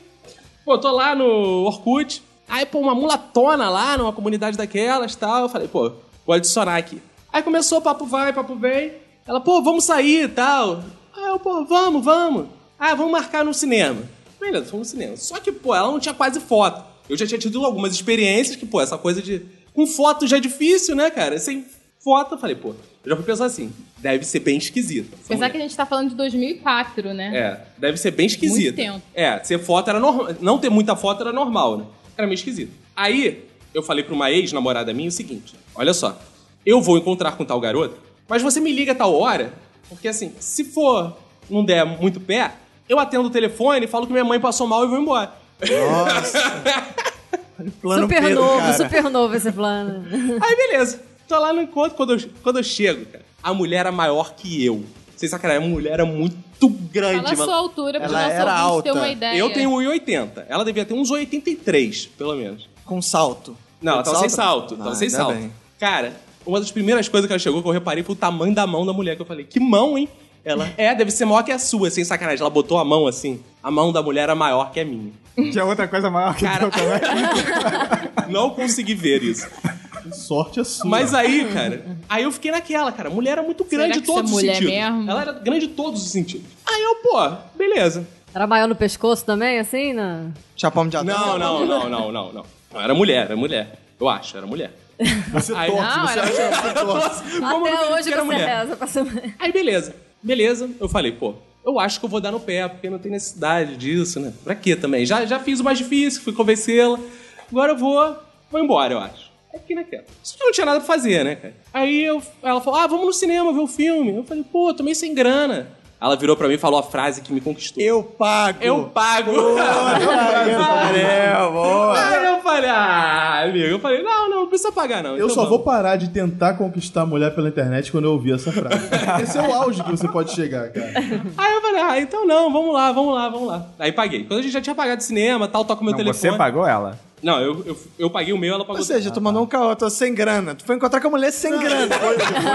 S1: pô, tô lá no Orkut. Aí, pô, uma mulatona lá numa comunidade daquelas e tal. Eu falei, pô, vou adicionar aqui. Aí começou, papo vai, papo vem. Ela, pô, vamos sair e tal. Aí eu, pô, vamos, vamos. Ah, vamos marcar no cinema. Beleza, fomos no cinema. Só que, pô, ela não tinha quase foto. Eu já tinha tido algumas experiências que, pô, essa coisa de. Com foto já é difícil, né, cara? Sem foto, eu falei, pô, eu já fui pensar assim, deve ser bem esquisito. essa
S4: Apesar
S1: mulher.
S4: que a gente tá falando de 2004, né?
S1: É, deve ser bem esquisito.
S4: Muito tempo.
S1: É, ser foto era normal. Não ter muita foto era normal, né? Era meio esquisito. Aí, eu falei pra uma ex-namorada minha o seguinte: olha só, eu vou encontrar com tal garoto, mas você me liga a tal hora, porque assim, se for, não der muito pé, eu atendo o telefone, falo que minha mãe passou mal e vou embora.
S2: Plano
S3: Super
S2: Pedro,
S3: novo,
S2: cara.
S3: super novo esse plano.
S1: Aí, beleza. Tô lá no encontro, quando eu, quando eu chego, cara, a mulher era maior que eu. Sem sacanagem, a mulher era muito grande,
S4: Fala a
S1: mano.
S4: sua altura pra
S2: Ela
S4: nosso
S2: era
S4: ouvinte ter
S2: alta.
S4: uma ideia.
S1: Eu tenho 1,80. Ela devia ter uns 1,83, pelo menos.
S2: Com salto.
S1: Não, ela
S6: tá
S1: tava Então sem salto.
S2: Ah,
S1: Tava sem
S2: ainda
S1: salto.
S2: bem.
S1: Cara, uma das primeiras coisas que ela chegou que eu reparei foi o tamanho da mão da mulher. Que eu falei, que mão, hein? Ela, é, deve ser maior que a sua, sem sacanagem. Ela botou a mão assim. A mão da mulher era maior que a minha.
S5: tinha outra coisa maior que
S1: Cara,
S5: eu também.
S1: não consegui ver isso.
S6: Sorte é sua.
S1: Mas aí, cara, aí eu fiquei naquela, cara. A mulher era muito
S4: Será
S1: grande em
S4: que isso é
S1: todos os
S4: mulher
S1: sentidos.
S4: mesmo?
S1: Ela era grande em todos os sentidos. Aí eu, pô, beleza.
S3: Era maior no pescoço também, assim, né?
S2: Chapão
S6: tá
S2: de Adão.
S1: Não, não, não, não, não, não. Não, Era mulher, era mulher. Eu acho, era mulher.
S6: Você
S1: Aí-
S6: torce,
S4: Não,
S6: você
S4: era-
S6: acha que você torce.
S1: Como eu não
S3: Até
S1: pensei
S3: hoje
S1: que era
S3: você reza com essa mulher.
S1: Aí beleza, beleza. Eu falei, pô, eu acho que eu vou dar no pé, porque não tem necessidade disso, né? Pra quê também? Já, já fiz o mais difícil, fui convencê-la. Agora eu vou, vou embora, eu acho. Aí fiquei naquela. Só que eu não tinha nada pra fazer, né, cara? Aí eu- ela falou, ah, vamos no cinema ver o filme. Eu falei, pô, eu tomei sem grana. Ela virou pra mim e falou a frase que me conquistou.
S2: Eu pago.
S1: Eu pago.
S2: Valeu, boa.
S1: Aí eu falei, ah, amigo. Eu falei, não, não, não precisa pagar, não.
S6: Eu
S1: Então
S6: só
S1: vamos.
S6: vou parar de tentar conquistar a mulher pela internet quando eu ouvir essa frase. Esse é o auge que você pode chegar, cara.
S1: Aí eu falei, ah, então não, vamos lá, vamos lá, vamos lá. Aí paguei. Quando a gente já tinha pagado cinema, tal, toca o meu
S5: Não,
S1: telefone.
S5: você pagou ela.
S1: Não, eu, eu, eu paguei o meu, ela pagou
S2: Ou seja, tu mandou um caô, eu tô sem grana. Tu foi encontrar com a mulher sem grana.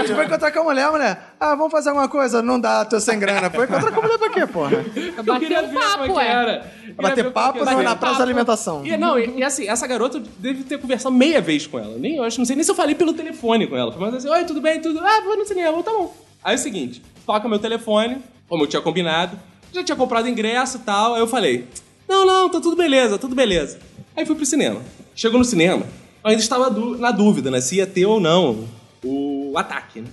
S2: tu foi encontrar com a mulher, a mulher. Ah, vamos fazer alguma coisa. Não dá, tô sem grana. Foi encontrar com a mulher pra quê, porra?
S1: Eu
S4: Bater
S1: queria
S4: um
S1: ver
S4: papo,
S1: como é que
S4: é.
S1: era. Eu queria
S2: Pra
S1: ver
S2: ter
S1: como
S2: papo
S1: que
S2: na,
S1: era. é
S2: na praça de alimentação.
S1: E, não, e, e assim, essa garota eu devo ter conversado meia vez com ela. Nem, eu acho, não sei nem se eu falei pelo telefone com ela. Mas assim, oi, tudo bem, tudo? Ah, vou no cinema, tá bom. Aí é o seguinte, toca meu telefone, como eu tinha combinado. Já tinha comprado ingresso e tal. Aí eu falei, Não, não, tá tudo beleza, tudo beleza. Aí fui pro cinema. Chegou no cinema, eu ainda estava du- na dúvida, né? Se ia ter ou não o ataque, né?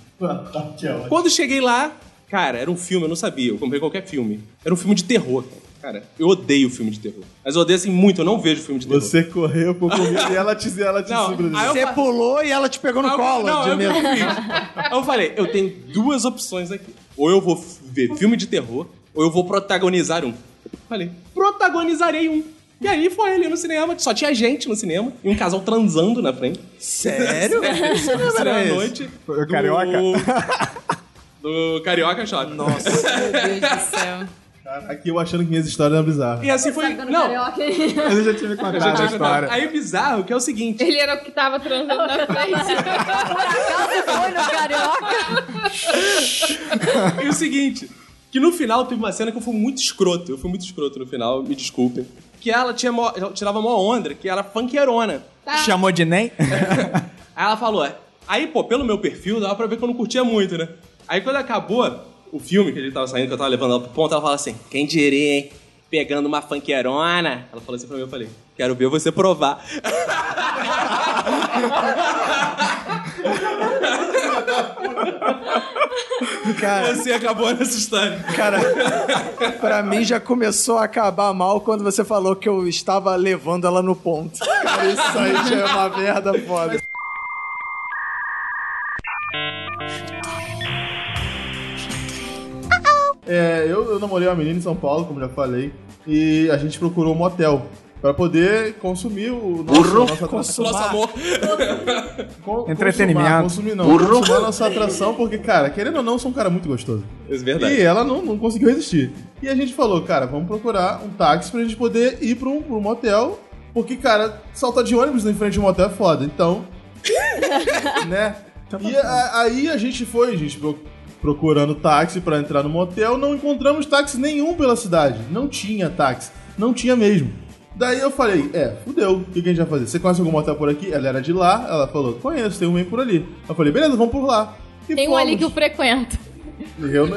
S1: Quando cheguei lá, cara, era um filme, eu não sabia, eu comprei qualquer filme. Era um filme de terror, cara. Cara, eu odeio filme de terror. Mas eu odeio assim muito, eu não vejo filme de terror.
S6: Você correu por comigo e ela te, ela te
S1: Não,
S6: segurou.
S1: aí eu
S2: é Você
S1: fa-
S2: pulou e ela te pegou no
S1: Aí eu-
S2: colo
S1: não,
S2: de
S1: eu
S2: medo.
S1: não fiz. Aí eu falei, eu tenho duas opções aqui. Ou eu vou f- ver filme de terror, ou eu vou protagonizar um. Falei, protagonizarei um. E aí foi ali no cinema, só tinha gente no cinema e um casal transando na frente.
S2: Sério?
S1: Isso
S2: era
S1: era a
S2: esse?
S1: noite.
S5: Foi o Carioca?
S1: Do, do Carioca Shopping. Nossa.
S4: Meu Deus do céu.
S6: Aqui eu achando que minhas histórias eram bizarras.
S1: E assim foi.
S3: Sacando
S1: Não,
S3: carioca, hein?
S5: Mas eu já tive contado a história.
S1: Aí o bizarro que é o seguinte.
S4: Ele era o que tava transando na frente.
S3: Por acaso foi no carioca?
S1: E o seguinte, que no final teve uma cena que eu fui muito escroto. Eu fui muito escroto no final, me desculpem. Que ela tinha mó- ela tirava mó onda, que era funkeirona.
S5: Chamou de nem?
S1: Aí ela falou, é. aí, pô, pelo meu perfil, dava pra ver que eu não curtia muito, né? Aí quando acabou o filme que a gente tava saindo, que eu tava levando ela pro ponto, ela fala assim, quem diria, hein? Pegando uma funkeirona. Ela falou assim pra mim, eu falei, quero ver você provar.
S2: Cara,
S1: Você Assim, acabou nessa história.
S2: cara, pra mim já começou a acabar mal quando você falou que eu estava levando ela no ponto. Cara, isso aí já é uma merda foda.
S6: É, eu, eu namorei uma menina em São Paulo, como já falei, e a gente procurou um motel pra poder consumir o nosso, nossa atração.
S1: Nosso amor.
S6: Con-
S5: Entretenimento.
S6: Consumar, consumir não. Consumar a nossa atração, porque, cara, querendo ou não, eu sou um cara muito gostoso.
S1: Isso é verdade.
S6: E ela não, não conseguiu resistir. E a gente falou, cara, vamos procurar um táxi pra gente poder ir pra um, pra um motel. Porque, cara, saltar de ônibus na frente de um motel é foda. Então. né? E a- aí a gente foi, gente, pro- procurando táxi pra entrar no motel. Não encontramos táxi nenhum pela cidade. Não tinha táxi. Não tinha mesmo. Daí eu falei, é, fudeu, o que, que a gente vai fazer? Você conhece algum motel por aqui? Ela era de lá, ela falou, conheço, tem um meio por ali. Eu falei, beleza, vamos por lá. E
S4: Tem um ali
S6: fomos.
S4: que eu frequento.
S6: Eu não,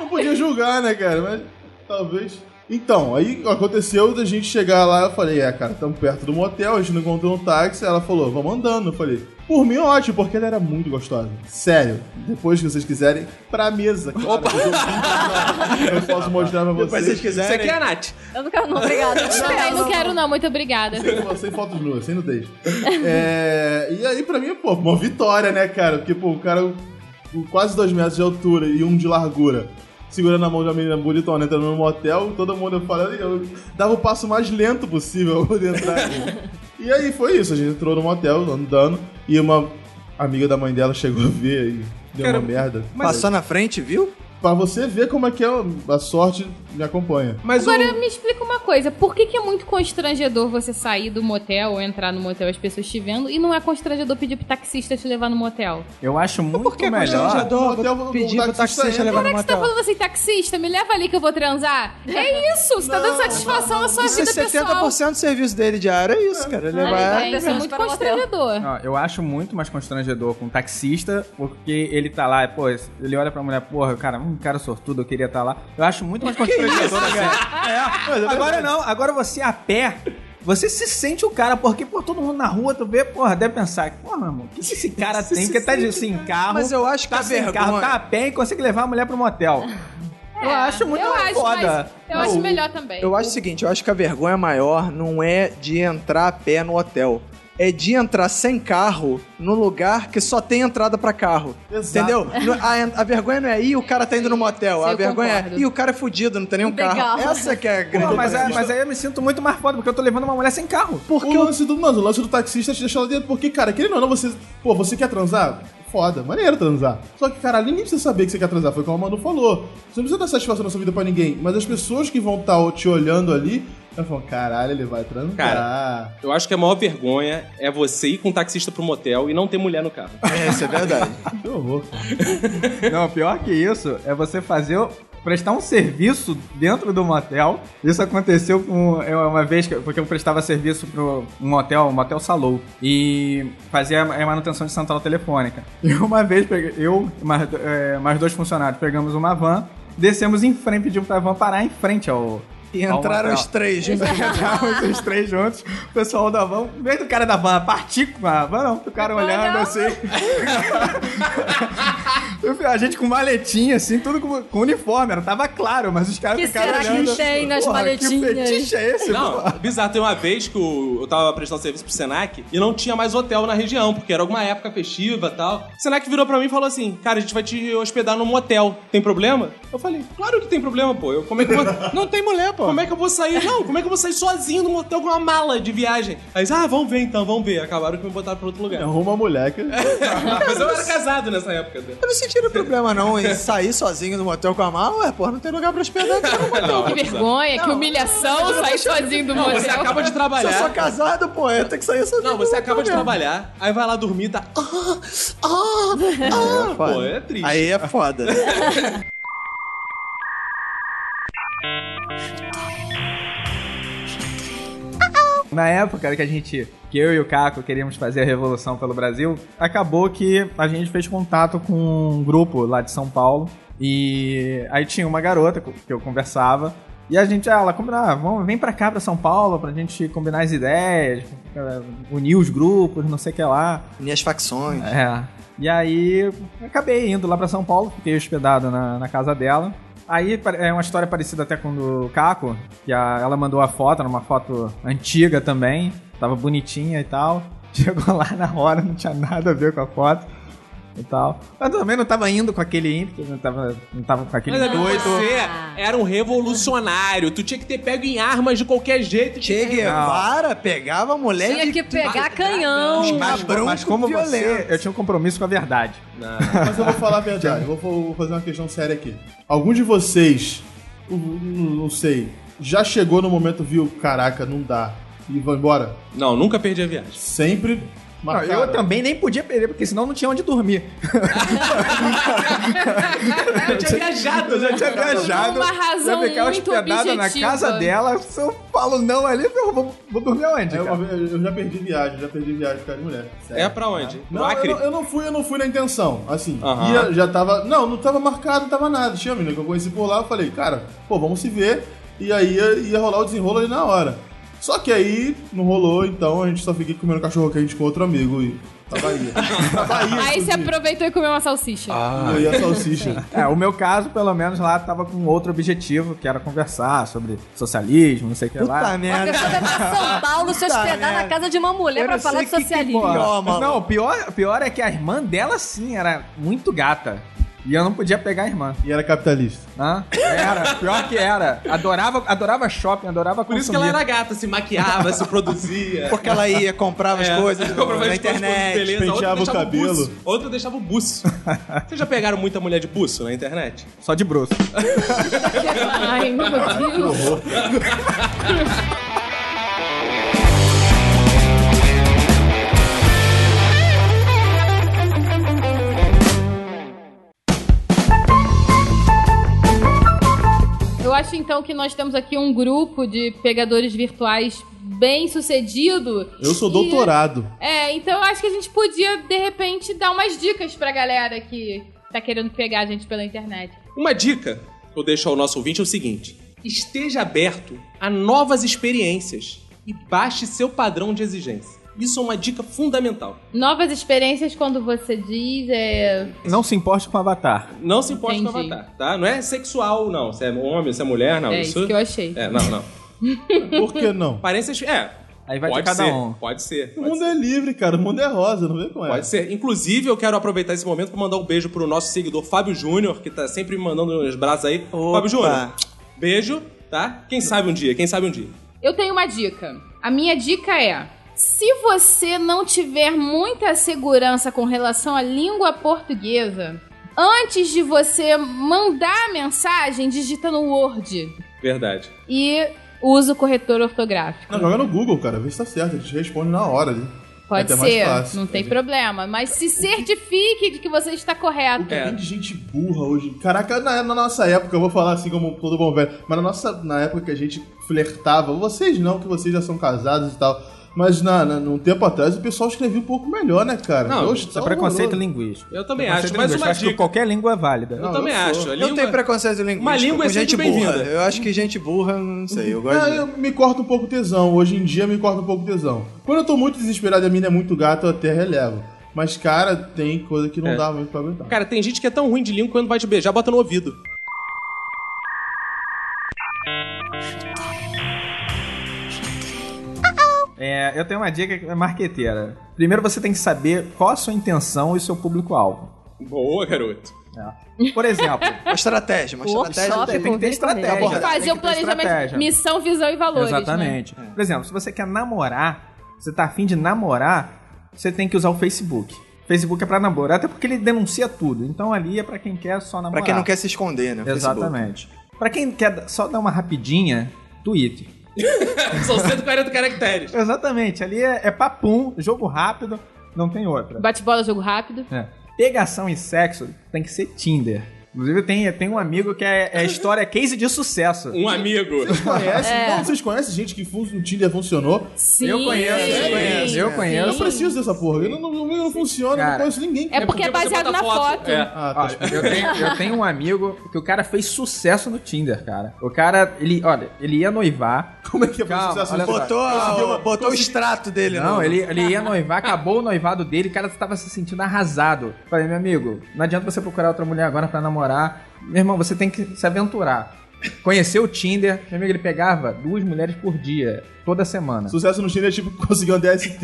S6: não podia julgar, né, cara? Mas talvez. Então, aí aconteceu da gente chegar lá, eu falei, é, cara, estamos perto do motel, a gente não encontrou um táxi, ela falou, vamos andando. Eu falei, por mim ótimo, porque ela era muito gostosa. Sério, depois que vocês quiserem, pra mesa. Cara, Opa! Eu, eu posso mostrar pra vocês.
S1: Isso aqui é a Nath.
S3: Eu não quero, não, obrigada.
S4: Não, não quero não, muito obrigada.
S6: Sem, sem fotos nuas, sem nudez. É, e aí, pra mim, pô, uma vitória, né, cara? Porque, pô, o cara com quase dois metros de altura e um de largura, segurando a mão de uma menina bonitona, entrando num motel, todo mundo falando, e eu dava o passo mais lento possível pra poder entrar. e aí foi isso, a gente entrou no motel andando, e uma amiga da mãe dela chegou a ver e deu
S1: Cara,
S6: uma merda.
S2: Passou na frente, viu?
S6: Pra você ver como é que é a sorte me acompanha.
S1: Mas o...
S4: Agora me explica uma coisa, por que, que é muito constrangedor você sair do motel ou entrar no motel e as pessoas te vendo e não é constrangedor pedir pro taxista te levar no motel?
S5: Eu acho muito melhor.
S6: constrangedor?
S2: melhor.
S6: Vou pedir pro taxista
S2: levar no
S4: Você tá falando assim, taxista, me leva ali que eu vou transar? É isso, você tá dando satisfação à sua
S2: Isso é
S4: vida
S2: 70%
S4: pessoal.
S2: do serviço dele diário, é isso, cara. Ele vai...
S4: Ai, Isso é muito constrangedor.
S5: Não, eu acho muito mais constrangedor com um taxista, porque ele tá lá, e, pô, ele olha pra mulher, porra, cara, um cara sortudo, eu queria estar lá. Eu acho muito mais constrangedor. né, cara? É, agora não, agora você a pé, você se sente o cara, porque, pô, todo mundo na rua, tu vê, porra, deve pensar, porra, meu irmão, o que que esse cara tem? Porque tá de- sem carro,
S2: Mas eu acho que
S5: tá
S2: a
S5: sem
S2: vergonha-
S5: carro, tá a pé e consegue levar a mulher pro motel. eu acho muito
S4: É. eu acho,
S5: foda.
S4: mas eu acho melhor também.
S2: Eu acho o seguinte, eu acho que a vergonha maior não é de entrar a pé no hotel. É de entrar sem carro num lugar que só tem entrada pra carro.
S6: Exato.
S2: Entendeu? No- A, en- a vergonha não é ir o cara tá indo no motel.
S4: Isso
S2: a
S4: eu
S2: vergonha é
S4: concordo.
S2: ir o cara é fudido, não tem nenhum
S3: tem
S2: carro.
S3: carro.
S2: Essa que é a
S5: Pô,
S2: grande.
S5: mas, é-
S2: vergonha.
S5: mas aí eu me sinto muito mais foda, porque eu tô levando uma mulher sem carro.
S2: Porque
S6: o
S2: eu-
S6: lance do, mas o lance do taxista te deixar lá dentro, porque, cara, querendo ou não, você. Pô, você quer transar? Foda, maneiro transar. Só que, caralho, ninguém precisa saber que você quer transar, foi como a Manu falou. Você não precisa dar satisfação na sua vida pra ninguém, mas as pessoas que vão estar te olhando ali, elas falam, caralho, ele vai transar.
S1: Cara. Eu acho que a maior vergonha é você ir com um taxista pro motel e não ter mulher no carro.
S2: É, isso é verdade.
S6: Que horror.
S5: Não, pior que isso é você fazer. o- Prestar um serviço dentro do motel. Isso aconteceu com é, uma vez que porque eu prestava serviço para um hotel, um motel Salou, e fazia a manutenção de central telefônica. E uma vez peguei- eu e mais, do- é, mais dois funcionários pegamos uma van, descemos em frente, pedimos para a van parar em frente ao,
S2: E entraram
S5: Rafael.
S2: os três, gente.
S5: Entramos os três juntos, o pessoal da van, meio do cara da van, partir com a van, não, ficaram olhando assim. Eu falei, a gente com maletinha, assim, tudo com, com uniforme, não tava claro, mas os caras
S3: Que
S5: ficaram
S3: será que
S5: olhando.
S3: tem nas
S5: Porra,
S3: maletinhas?
S5: Que fetiche é esse,
S1: Não,
S5: porra?
S1: bizarro. Tem uma vez que o- eu tava prestando serviço pro Senac e não tinha mais hotel né? na região, porque era alguma época festiva e tal. O Senac virou pra mim e falou assim: Cara, a gente vai te hospedar num motel. Tem problema? Eu falei: Claro que tem problema, pô. Eu, como é que eu vou... Não tem mulher, pô. Como é que eu vou sair? Não, como é que eu vou sair sozinho no motel com uma mala de viagem? Aí, eles, ah, vamos ver então, vamos ver. Acabaram que me botaram pra outro lugar.
S6: Arruma a moleca.
S1: Mas eu era casado nessa época. né?
S2: Eu não sentiram problema, não, em sair sozinho do motel com a mala. Ué, porra, não tem lugar pra hospedar aqui no motel.
S4: Que vergonha, que
S2: Não.
S4: humilhação sair sozinho do motel.
S1: Você acaba de
S2: Se eu
S1: trabalhar.
S2: sou casado, pô, eu tenho que sair sozinho.
S1: Não,
S2: do
S1: você
S2: motel
S1: acaba de
S2: mesmo.
S1: trabalhar, aí vai lá dormir e tá. Ah, ah, ah. Pô, é triste.
S2: Aí é foda.
S5: Na época que a gente, que eu e o Caco queríamos fazer a revolução pelo Brasil, acabou que a gente fez contato com um grupo lá de São Paulo e aí tinha uma garota co- que eu conversava e a gente, ah, ela combinar, vamos, vem pra cá pra São Paulo pra gente combinar as ideias, eh, unir os grupos, não sei o que lá.
S2: Minhas facções.
S5: É. E aí acabei indo lá pra São Paulo, fiquei hospedado na, na casa dela. Aí pa- é uma história parecida até com do Caco, que a- ela mandou a foto, era uma foto antiga também, tava bonitinha e tal. Chegou lá na hora, não tinha nada a ver com a foto e tal. Mas também não tava indo com aquele ímpeto, não tava, não tava com aquele
S1: Mas amigo,
S5: intuito.
S1: você era um revolucionário. Tu tinha que ter pego em armas de qualquer jeito.
S2: Che Guevara pegava a mulher
S3: Tinha
S2: de
S3: que pegar canhão.
S5: Mas,
S2: cabrão
S5: mas como você,
S2: violento.
S5: eu tinha um compromisso com a verdade.
S6: Mas eu vou falar a verdade, vou, vou fazer uma questão séria aqui. Alguns de vocês, eu não não sei, já chegou no momento, viu, caraca, não dá, e vão embora?
S1: Não, nunca perdi a viagem.
S6: Sempre
S5: Não,
S6: marcaram.
S5: eu também nem podia perder, porque senão não tinha onde dormir.
S1: Eu tinha viajado,
S5: Eu já tinha viajado.
S4: Uma razão
S5: já ficava
S4: muito
S5: hospedada na
S4: objetiva.
S5: casa dela. Se eu falo não ali, eu vou, vou dormir aonde?
S6: É,
S5: cara?
S6: uma vez- eu já perdi viagem, já perdi viagem por causa de mulher. sério.
S1: É pra onde? No
S6: Não, eu
S1: Acre?
S6: não, eu não fui, eu não fui na intenção. Assim,
S1: Aham.
S6: ia, já tava. Não, não tava marcado, não tava nada. Tinha uma menina que eu conheci por lá, eu falei, cara, pô, vamos se ver. E aí ia, ia rolar o desenrolo ali na hora. Só que aí não rolou, então a gente só fiquei comendo cachorro quente com outro amigo e. Na Bahia. Na Bahia.
S4: Aí você
S6: inclusive.
S4: aproveitou e comeu uma
S2: Ah,
S4: salsicha.
S6: E a salsicha.
S5: É, o meu caso, pelo menos lá, tava com outro objetivo, que era conversar sobre socialismo, não sei o que lá.
S2: Puta
S3: A
S2: merda.
S3: pessoa vai pra São Paulo se
S2: Puta
S3: hospedar na
S2: merda.
S3: casa de uma mulher
S2: É. Eu
S3: pra
S2: não
S3: falar
S2: sei
S3: de
S2: que que
S3: socialismo.
S2: porra. Ó, maluco.
S5: Não, o pior, o pior é que a irmã dela, sim, era muito gata. E eu não podia pegar a irmã.
S6: E era capitalista.
S5: Hã? Era, pior que era. Adorava, adorava shopping, adorava
S1: Por isso que
S5: consumir.
S1: ela era gata, se maquiava, se produzia.
S2: Porque ela ia, comprava as coisas
S1: Eu
S2: no-
S1: comprava
S2: na
S1: as coisas,
S2: internet.
S1: beleza. Outra
S6: penteava o
S1: deixava
S6: cabelo.
S1: buço, Outra deixava o buço. Vocês já pegaram muita mulher de buço na internet?
S5: Só de bruxo.
S4: Ai, meu Deus. Eu acho então que nós temos aqui um grupo de pegadores virtuais bem sucedido.
S6: Eu sou
S4: E-
S6: doutorado.
S4: É, então eu acho que a gente podia, de repente, dar umas dicas pra galera que tá querendo pegar a gente pela internet.
S1: Uma dica que eu deixo ao nosso ouvinte é o seguinte: esteja aberto a novas experiências e baixe seu padrão de exigência. Isso é uma dica fundamental.
S4: Novas experiências quando você diz é.
S5: Não se importe com o avatar.
S1: Não se importe com
S4: Entendi.
S1: avatar, tá? Não é sexual, não. Se é homem, se é
S5: Ah,
S1: mulher, não.
S4: é isso que eu achei.
S1: É, não, não.
S6: Por que não?
S1: Aparências. É.
S5: Aí vai
S1: pode
S5: de cada
S1: ser,
S5: um.
S1: Pode ser.
S6: O
S1: pode
S6: mundo
S1: ser.
S6: é livre, cara. O mundo é rosa, não vem com ela.
S1: Pode ser. Inclusive, eu quero aproveitar esse momento para mandar um beijo pro nosso seguidor Fábio Júnior, que tá sempre me mandando os braços aí.
S2: Opa.
S1: Fábio Júnior, beijo, tá? Quem sabe um dia, quem sabe um dia.
S4: Eu tenho uma dica. A minha dica é: se você não tiver muita segurança com relação à língua portuguesa, antes de você mandar a mensagem, digita no Word
S1: Verdade.
S4: e usa o corretor ortográfico.
S6: Não, joga no Google, cara. Vê se tá certo. A gente responde na hora ali.
S4: Pode
S6: É até mais
S4: ser,
S6: fácil.
S4: não tem
S6: É.
S4: problema. Mas se certifique de que você está
S6: O que
S5: É.
S4: correto.
S6: tem de gente burra hoje? Caraca, na, na nossa época, eu vou falar assim como todo bom velho, mas na nossa na época que a gente flertava, vocês não, que vocês já são casados e tal. Mas na, na, num tempo atrás o pessoal escrevia um pouco melhor, né, cara?
S5: Não,
S6: Poxa,
S5: isso é
S6: tá
S5: preconceito
S6: horroroso.
S5: linguístico.
S1: Eu também
S5: Preconceito
S1: acho, mas
S5: linguístico.
S1: uma
S5: acho que
S1: dica-
S5: qualquer língua é válida.
S1: eu também
S6: eu sou.
S1: acho. A
S2: Eu tenho preconceito linguístico.
S1: Uma língua é
S2: com gente
S1: sempre bem-vinda.
S2: burra. Eu acho que gente burra, não sei, eu gosto.
S6: É,
S2: de-
S6: eu me corta um pouco o tesão. Hoje em dia me corta um pouco o tesão. Quando eu tô muito desesperado e a mina é muito gata, eu até relevo. Mas, cara, tem coisa que não
S1: É.
S6: dá muito pra aguentar.
S1: Cara, tem gente que é tão ruim de língua que quando vai te beijar, bota no ouvido.
S5: É, eu tenho uma dica que é marqueteira. Primeiro você tem que saber qual a sua intenção e seu público-alvo.
S1: Boa, garoto.
S5: É. Por exemplo,
S2: Uma estratégia, uma estratégia.
S3: Workshop,
S5: tem que ter estratégia.
S2: Tem que
S5: Tem que
S4: Fazer
S5: ter
S4: um planejamento,
S5: estratégia.
S4: missão, visão e valores. Né?
S5: Exatamente. Por exemplo, se você quer namorar, você tá afim de namorar, você tem que usar o Facebook. Facebook é pra namorar, até porque ele denuncia tudo. Então ali é pra quem quer só
S2: Pra
S5: namorar.
S2: quem não quer se esconder, né? no
S5: Exatamente. Pra quem quer só dar uma rapidinha, Twitter.
S1: São 140 caracteres.
S5: Exatamente. Ali é, é papum, jogo rápido, não tem outra.
S4: Bate-bola, jogo rápido.
S5: É. Pegação e sexo tem que ser Tinder. Inclusive, tem, tem um amigo que é, é história case de sucesso.
S1: Um amigo.
S6: Conhece?
S4: É.
S6: Não, vocês conhecem gente que fun- o Tinder funcionou?
S4: Sim,
S5: Eu conheço, eu conheço, eu
S4: sim.
S5: conheço.
S6: Eu preciso dessa porra. Eu não, não, não funciona, eu não
S5: Cara.
S6: conheço ninguém.
S4: É porque é
S1: você
S4: baseado
S1: bota
S4: na foto.
S1: É.
S6: Ah,
S5: Ó,
S6: tá.
S5: eu, tenho, eu tenho um amigo que o cara fez sucesso no Tinder, cara. O cara, ele, olha, ele ia noivar.
S6: Como é que é pra
S5: Calma,
S6: sucesso?
S5: olha
S6: Pô,
S5: só.
S2: Botou, a- botou o extrato dele,
S5: Não,
S2: no-
S5: ele, ele ia noivar, acabou o noivado dele, o cara tava se sentindo arrasado. Falei, meu amigo, não adianta você procurar outra mulher agora pra namorar. Meu irmão, você tem que se aventurar. Conheceu o Tinder, meu amigo, ele pegava duas mulheres por dia, toda semana.
S6: Sucesso no Tinder é tipo conseguir um DST.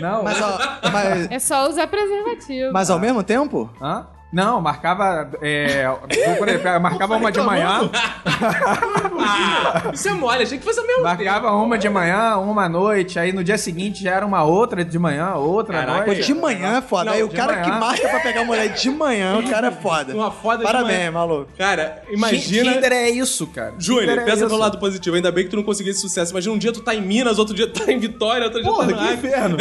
S5: Não,
S2: Mas, ó, mas,
S4: É só usar preservativo.
S2: mas ao mesmo tempo,
S5: Hã? Não, marcava. É, por exemplo, marcava uma de manhã,
S1: Ah, isso é mole, achei que fosse o meu.
S5: marcava uma de manhã, uma à noite, aí no dia seguinte já era uma outra de manhã, outra à
S1: Caraca,
S2: pô,
S5: noite.
S2: de manhã é foda.
S5: Não,
S2: Aí o
S5: de
S2: cara que
S5: manhã.
S2: marca pra pegar mulher de manhã, o cara é foda.
S1: Uma foda de
S2: Parabéns,
S1: manhã.
S2: maluco.
S1: Cara, imagina.
S5: Tinder é isso, cara.
S1: Júnior,
S5: Tinder é
S1: pensa
S5: isso.
S1: pelo lado positivo. Ainda bem que tu não conseguiu esse sucesso. Imagina um dia tu tá em Minas, outro dia tu tá em Vitória, outro dia tu tá
S6: Porra,
S1: no
S6: que
S1: Acre.
S6: inferno.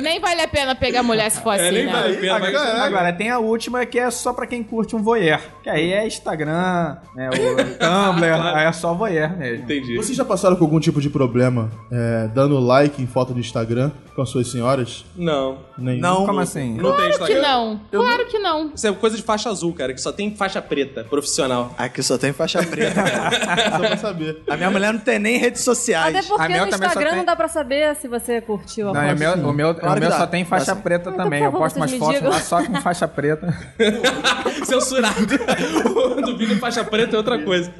S4: Nem vale a pena pegar mulher se for assim,
S1: É, nem
S4: né?
S1: vale.
S6: Aí,
S1: Agora-
S6: agora-
S5: É, Agora, tem a última que é só pra quem curte um voyeur. Que aí é Instagram, é o Tumblr, aí é só voyeur mesmo.
S1: Entendi.
S6: é. Vocês já passaram com algum tipo de problema é, dando like em foto do Instagram com as suas senhoras?
S1: Não.
S6: Nenhum.
S2: Não,
S5: Como assim?
S1: Não tem
S4: Claro que
S1: Instagram.
S4: não. Claro que não.
S1: Isso é coisa de faixa azul, cara, que só tem faixa preta, profissional.
S2: aqui só tem faixa preta. cara.
S6: Só pra saber.
S2: a minha mulher não tem nem redes sociais.
S3: Até porque
S5: meu
S3: no
S5: também só
S3: Instagram
S5: tem-
S3: não dá pra saber se você curtiu a
S5: Não, é
S3: foto.
S5: meu, o meu,
S2: Claro
S5: o
S2: que
S5: meu
S2: dá.
S5: só tem faixa preta
S3: Então,
S5: também.
S3: por
S5: Eu
S3: favor,
S5: posto umas
S3: vocês me
S5: fotos
S3: digam.
S5: lá só com faixa preta.
S1: Censurado. o do vídeo em faixa preta é outra coisa.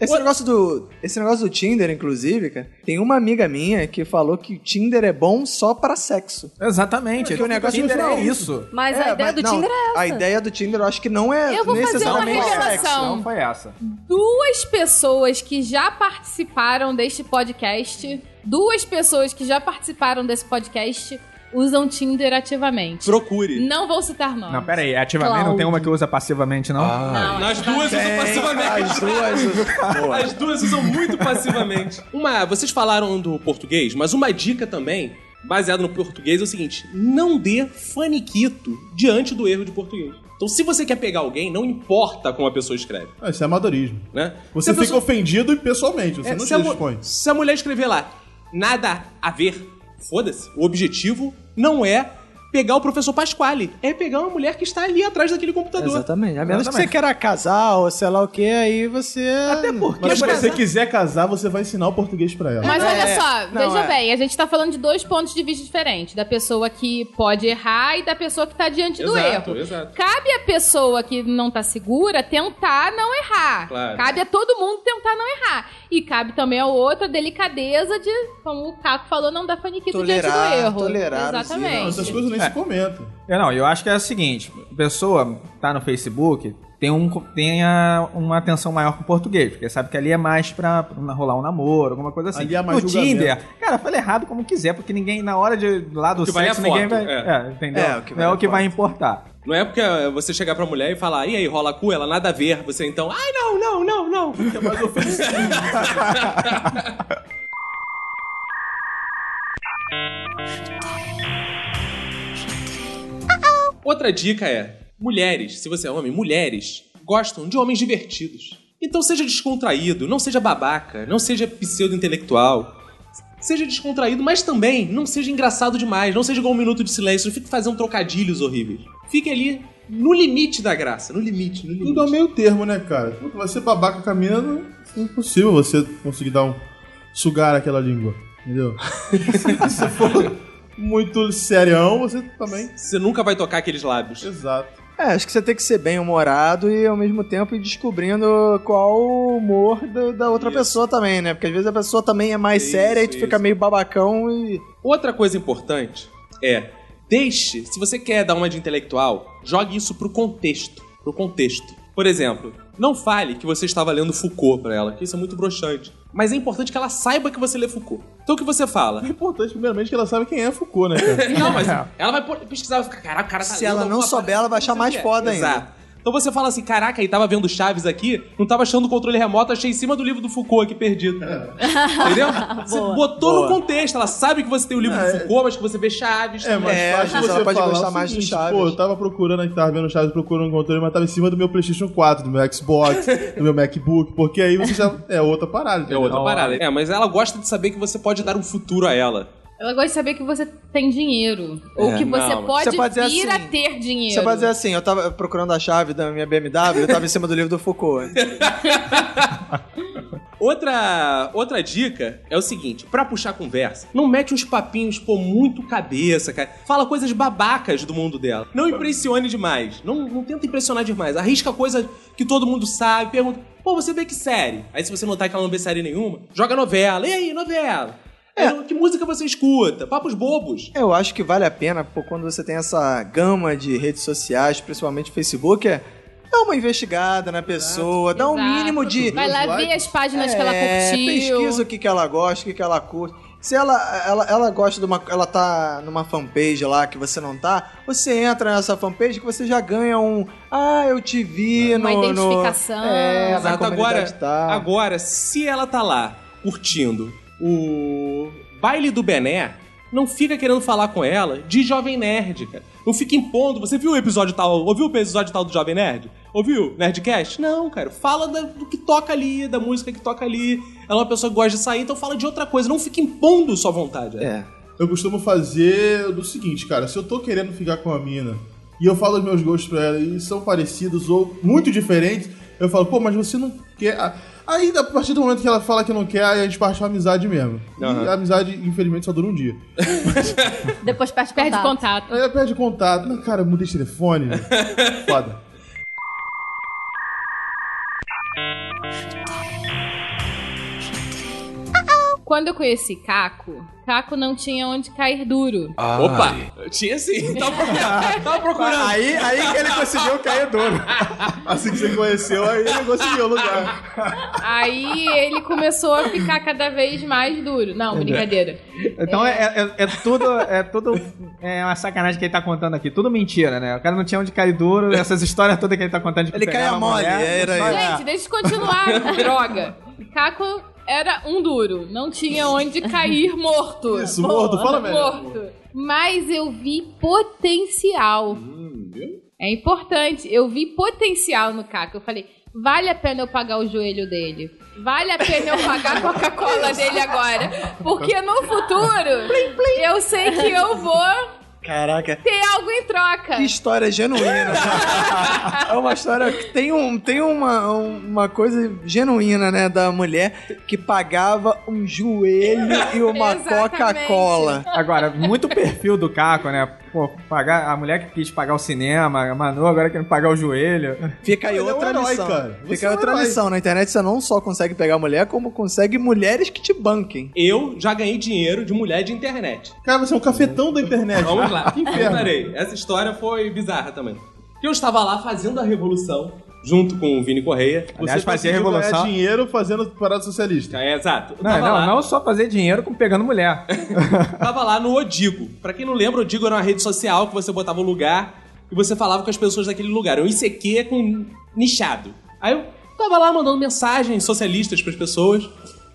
S2: Esse negócio, do, esse negócio do Tinder, inclusive, cara, tem uma amiga minha que falou que o Tinder é bom só pra sexo.
S5: Exatamente.
S2: Porque o negócio
S5: Tinder
S2: não.
S5: é isso.
S3: Mas a
S2: É,
S3: ideia do
S2: não,
S3: Tinder é essa.
S2: A ideia do Tinder eu acho que não é
S4: Eu vou fazer uma
S2: necessariamente
S4: revelação.
S2: sexo.
S5: Não foi essa.
S4: Duas pessoas que já participaram deste podcast, duas pessoas que já participaram desse podcast usam Tinder ativamente.
S1: Procure.
S4: Não vou citar nomes.
S5: Não, pera aí. Ativamente não tem uma que usa passivamente, não?
S2: Ah,
S4: Não,
S1: Nas duas usam passivamente.
S2: As duas. Boa.
S1: As duas usam muito passivamente. Uma, vocês falaram do português, mas uma dica também, baseada no português, é o seguinte: não dê faniquito diante do erro de português. Então, se você quer pegar alguém, não importa como a pessoa escreve,
S6: Ah, isso é amadorismo.
S1: né?
S6: Você
S1: Se a
S6: fica
S1: pessoa-
S6: ofendido pessoalmente, você
S1: É,
S6: não
S1: se,
S6: se
S1: a mu-
S6: expõe.
S1: se a mulher escrever lá, nada a ver, foda-se. O objetivo não é pegar o professor Pasquale, é pegar uma mulher que está ali atrás daquele computador.
S2: Exatamente. é A menos que você
S5: Exatamente.
S2: queira casar ou sei lá o que, aí você. é Até porque.
S6: Mas se
S1: Mas-
S6: você quiser casar, você vai ensinar o português pra ela.
S4: Mas olha só,
S2: não,
S4: veja
S2: é.
S4: bem, a gente tá falando de dois pontos de vista diferentes. Da pessoa que pode errar e da pessoa que tá diante do
S1: Exato,
S4: erro.
S1: exato.
S4: Cabe à pessoa que não tá segura tentar não errar.
S1: Claro.
S4: Cabe a todo mundo tentar não errar. E cabe também a outra delicadeza de, como o Caco falou, não dar faniquito
S2: Tolerar,
S4: diante do erro.
S2: tolerar os
S6: Não,
S4: Exatamente.
S6: essas coisas nem se comentam.
S5: Eu não, eu acho que é o seguinte: a pessoa tá no Facebook, tem um, tenha uma atenção maior com o português, porque sabe que ali é mais pra, pra rolar um namoro, alguma coisa assim.
S6: Ali é mais
S5: no
S6: julgamento.
S5: Tinder, cara, fala errado como quiser, porque ninguém, na hora de lá do
S1: O que vale é a
S5: sexo, ninguém
S1: foto,
S5: vai.
S1: é.
S5: É, entendeu?
S2: É, o que
S5: não é
S2: vale
S5: o que
S2: a
S5: vai
S2: foto.
S5: importar.
S1: Não é porque você chegar pra mulher e falar, e aí, rola cu, ela nada a ver. Você então, ai não, não, não, não. É mais ofensivo. Outra dica é: mulheres, se você é homem, mulheres gostam de homens divertidos. Então seja descontraído, não seja babaca, não seja pseudo-intelectual. seja descontraído, mas também não seja engraçado demais, não seja igual um minuto de silêncio, não fique fazendo trocadilhos horríveis. Fique ali no limite da graça, no limite, no
S6: Tudo é
S1: limite.
S6: meio termo, né, cara? Puta, vai ser babaca caminhando, é impossível você conseguir dar um. sugar aquela língua. Entendeu? Se você for muito serião, você também.
S1: Você nunca vai tocar aqueles lábios.
S6: Exato.
S2: É, acho que você tem que ser bem humorado e ao mesmo tempo ir descobrindo qual o humor da, da outra
S1: Isso.
S2: pessoa também, né? Porque às vezes a pessoa também é mais
S1: Isso,
S2: séria e tu
S1: isso.
S2: fica meio babacão e.
S1: Outra coisa importante é deixe, se você quer dar uma de intelectual, jogue isso pro contexto, pro contexto. Por exemplo, não fale que você estava lendo Foucault pra ela, que isso é muito broxante. Mas é importante que ela saiba que você lê Foucault. Então o que você fala?
S6: É importante, primeiramente, que ela sabe quem é Foucault, né, cara?
S1: Não, mas ela vai pô- pesquisar, vai ficar, caraca, o cara tá
S2: É. Se
S1: lendo
S2: ela não
S1: alguma
S2: souber,
S1: parada
S2: ela vai
S1: que eu
S2: achar
S1: não sei
S2: mais
S1: o que é.
S2: foda ainda.
S1: Exato. Então você fala assim, caraca, aí tava vendo Chaves aqui, não tava achando o controle remoto, achei em cima do livro do Foucault aqui perdido. Entendeu? Você botou no
S2: Boa.
S1: contexto, ela sabe que você tem o livro do Foucault, mas que você vê Chaves.
S6: É, mais
S2: É,
S6: fácil
S2: mas
S6: você
S2: ela pode
S6: falar
S2: gostar
S6: o
S2: mais do
S6: seguinte,
S2: Chaves.
S6: Pô, eu tava procurando aqui, tava vendo o Chaves, procurando um controle, mas tava em cima do meu PlayStation 4, do meu Xbox, do meu MacBook, porque aí você já. É outra parada.
S1: É
S6: entendeu?
S1: outra parada. É, mas ela gosta de saber que você pode dar um futuro a ela.
S4: Ela gosta de saber que você tem dinheiro. ou
S1: É,
S4: que
S1: não,
S4: você
S1: mas-
S4: pode
S2: Você pode dizer
S4: vir
S2: assim,
S4: a ter dinheiro.
S2: Você pode dizer assim, eu tava procurando a chave da minha BMW, eu tava em cima do livro do Foucault.
S1: Outra, outra dica é o seguinte, pra puxar conversa, não mete uns papinhos, pô, muito cabeça, cara. Fala coisas babacas do mundo dela. Não impressione demais. Não, não tenta impressionar demais. Arrisca coisa que todo mundo sabe. Pergunta, pô, você vê que série? Aí se você notar que ela não vê série nenhuma, joga novela. E aí, novela? Aí, Que música você escuta? Papos bobos.
S2: Eu acho que vale a pena, pô, quando você tem essa gama de redes sociais, principalmente Facebook, é dar uma investigada na pessoa, dar um
S4: Exato.
S2: mínimo de.
S4: Vai lá ver as páginas que ela
S2: É,
S4: curtiu.
S2: Pesquisa o que, que ela gosta, o que, que ela curte. Se ela, ela, ela gosta de uma. Ela tá numa fanpage lá que você não tá, você entra nessa fanpage que você já ganha um. Ah, eu te vi
S4: Uma
S2: no. no-
S4: identificação.
S2: é, na
S4: Exato,
S2: comunidade
S1: Agora,
S2: tal.
S1: agora, se ela tá lá curtindo o baile do Bené, não fica querendo falar com ela de Jovem Nerd, cara. Não fica impondo. Você viu o episódio tal? Ouviu o episódio tal do Jovem Nerd? Ouviu? Nerdcast? Não, cara. Fala da- do que toca ali, da música que toca ali. Ela é uma pessoa que gosta de sair, então fala de outra coisa. Não fica impondo sua vontade. né?
S2: É.
S6: Eu costumo fazer do seguinte, cara, se eu tô querendo ficar com a mina e eu falo os meus gostos pra ela e são parecidos ou muito diferentes, eu falo, pô, mas você não quer. Ah, Aí, a partir do momento que ela fala que não quer, aí a gente parte a amizade mesmo. E a amizade, infelizmente, só dura um dia.
S3: Depois perde,
S4: Perde
S3: contato.
S4: contato.
S6: Aí ela perde contato. Mas, Cara, eu mudei de telefone. né? Foda.
S4: Quando eu conheci Caco, Caco não tinha onde cair duro.
S1: Opa! Tinha sim. Tava procurando. Tava procurando.
S2: Aí, aí que ele conseguiu cair duro.
S6: Assim que você conheceu, aí ele conseguiu o lugar.
S4: Aí ele começou a ficar cada vez mais duro. Não, brincadeira.
S5: Então é, é- é tudo. É tudo. É uma sacanagem que ele tá contando aqui. Tudo mentira, né? O cara não tinha onde cair duro, essas histórias todas que ele tá contando de que
S2: Ele
S5: pegava
S2: caia
S5: a
S2: mole, é,
S5: mulher,
S2: era
S5: só-
S2: isso.
S4: Gente, deixa eu continuar. Droga. Caco era um duro. Não tinha onde cair morto.
S6: Isso, morto, fala mesmo.
S4: Morto. Mas eu vi potencial.
S6: Hum,
S4: É importante. Eu vi potencial no Caco. Eu falei, vale a pena eu pagar o joelho dele. Vale a pena eu pagar a Coca-Cola dele agora. Porque no futuro, eu sei que eu vou
S2: Caraca.
S4: ter algo em troca.
S2: Que história genuína. é uma história que tem, um, tem uma, uma coisa genuína, né? Da mulher que pagava um joelho e uma
S4: Exatamente.
S2: Coca-Cola.
S5: Agora, muito perfil do Caco, né? Pô, pagar, a mulher que quis pagar o cinema, a Manu agora querendo pagar o joelho.
S2: Fica aí
S6: Ele é um
S2: outra
S6: herói,
S2: lição.
S6: cara. Você
S2: Fica
S6: é
S2: aí
S6: um
S2: outra
S6: herói.
S2: lição. Na internet você não só consegue pegar mulher, como consegue mulheres que te banquem.
S1: Eu já ganhei dinheiro de mulher de internet.
S6: Cara, você é um cafetão da internet.
S1: Vamos lá.
S6: Que inferno.
S1: Peraí, essa história foi bizarra também. Que eu estava lá fazendo a revolução junto com o Vini Correia.
S5: Aliás, fazia
S1: assim
S6: conseguiu ganhar
S5: revolução.
S6: dinheiro fazendo parada socialista.
S1: É, exato. Eu
S5: Não,
S1: tava,
S5: não,
S1: lá,
S5: não só fazer dinheiro com pegando mulher.
S1: tava lá no Odigo. Pra quem não lembra, Odigo era uma rede social que você botava um lugar e você falava com as pessoas daquele lugar. É um Eu ICQ com nichado. Aí eu tava lá mandando mensagens socialistas pras pessoas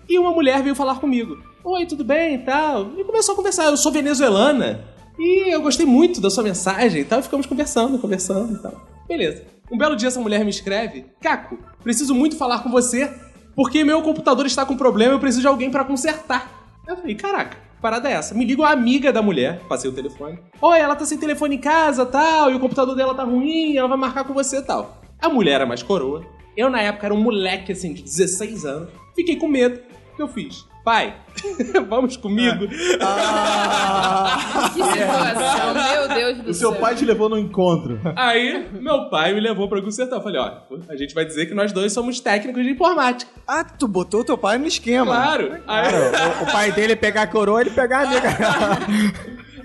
S1: e uma mulher veio falar comigo. Oi, tudo bem e tal? E começou a conversar. Eu sou venezuelana e eu gostei muito da sua mensagem e tal. E ficamos conversando, conversando e tal. Beleza. Um belo dia essa mulher me escreve: Caco, preciso muito falar com você porque meu computador está com problema e eu preciso de alguém para consertar. Eu falei, caraca, que parada é essa? Me liga uma amiga da mulher, passei o telefone. Oi, ela tá sem telefone em casa, tal, e o computador dela tá ruim, ela vai marcar com você, tal. A mulher era mais coroa. Eu, na época, era um moleque, assim, de 16 anos. Fiquei com medo. O que eu fiz? Pai, vamos comigo?
S6: Ah.
S4: Que situação, meu Deus do
S6: O
S4: céu.
S6: seu pai te levou no encontro.
S1: Aí, meu pai me levou pra consertar. Eu falei, ó, a gente vai dizer que nós dois somos técnicos de informática.
S2: Ah, tu botou teu pai no esquema.
S1: Claro. Aí,
S5: O, o pai dele pegar a coroa, ele pegar a amiga.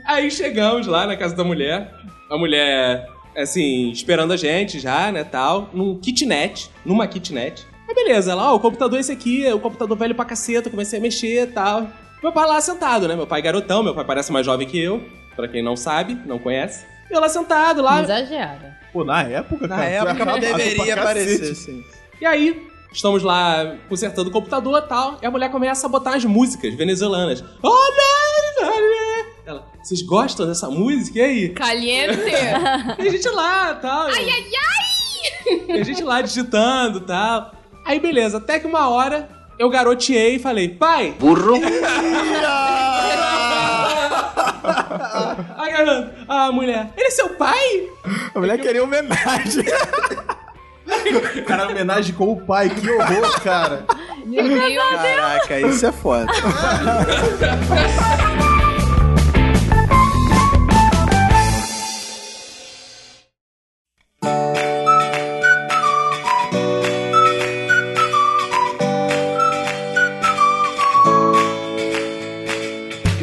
S1: Aí chegamos lá na casa da mulher. A mulher, assim, esperando a gente já, né, tal. Num kitnet, numa kitnet. Aí beleza, ela, ó, o computador é esse aqui, o computador velho pra caceta, comecei a mexer tal. Meu pai lá sentado, né? Meu pai garotão, meu pai parece mais jovem que eu, pra quem não sabe, não conhece. Eu lá sentado lá.
S4: Exagera.
S6: Pô, na época,
S2: Na
S6: cara. foi
S2: É época
S6: achado Ah, pra
S2: deveria
S6: cacete.
S2: aparecer, sim.
S1: E aí, estamos lá consertando o computador e tal, e a mulher começa a botar as músicas venezuelanas. Olha! olha. Ela, vocês gostam dessa música? E aí?
S4: Caliente.
S1: E a gente lá, tal. Ai, ai, ai! E a gente lá digitando, tal. Aí, beleza. Até que uma hora, eu garoteei e falei, pai... Burro! a garota, a mulher, ele é seu pai?
S5: A mulher queria homenagem.
S6: O cara homenagem com o pai, que horror, cara.
S4: Meu Deus.
S2: Caraca, isso é foda.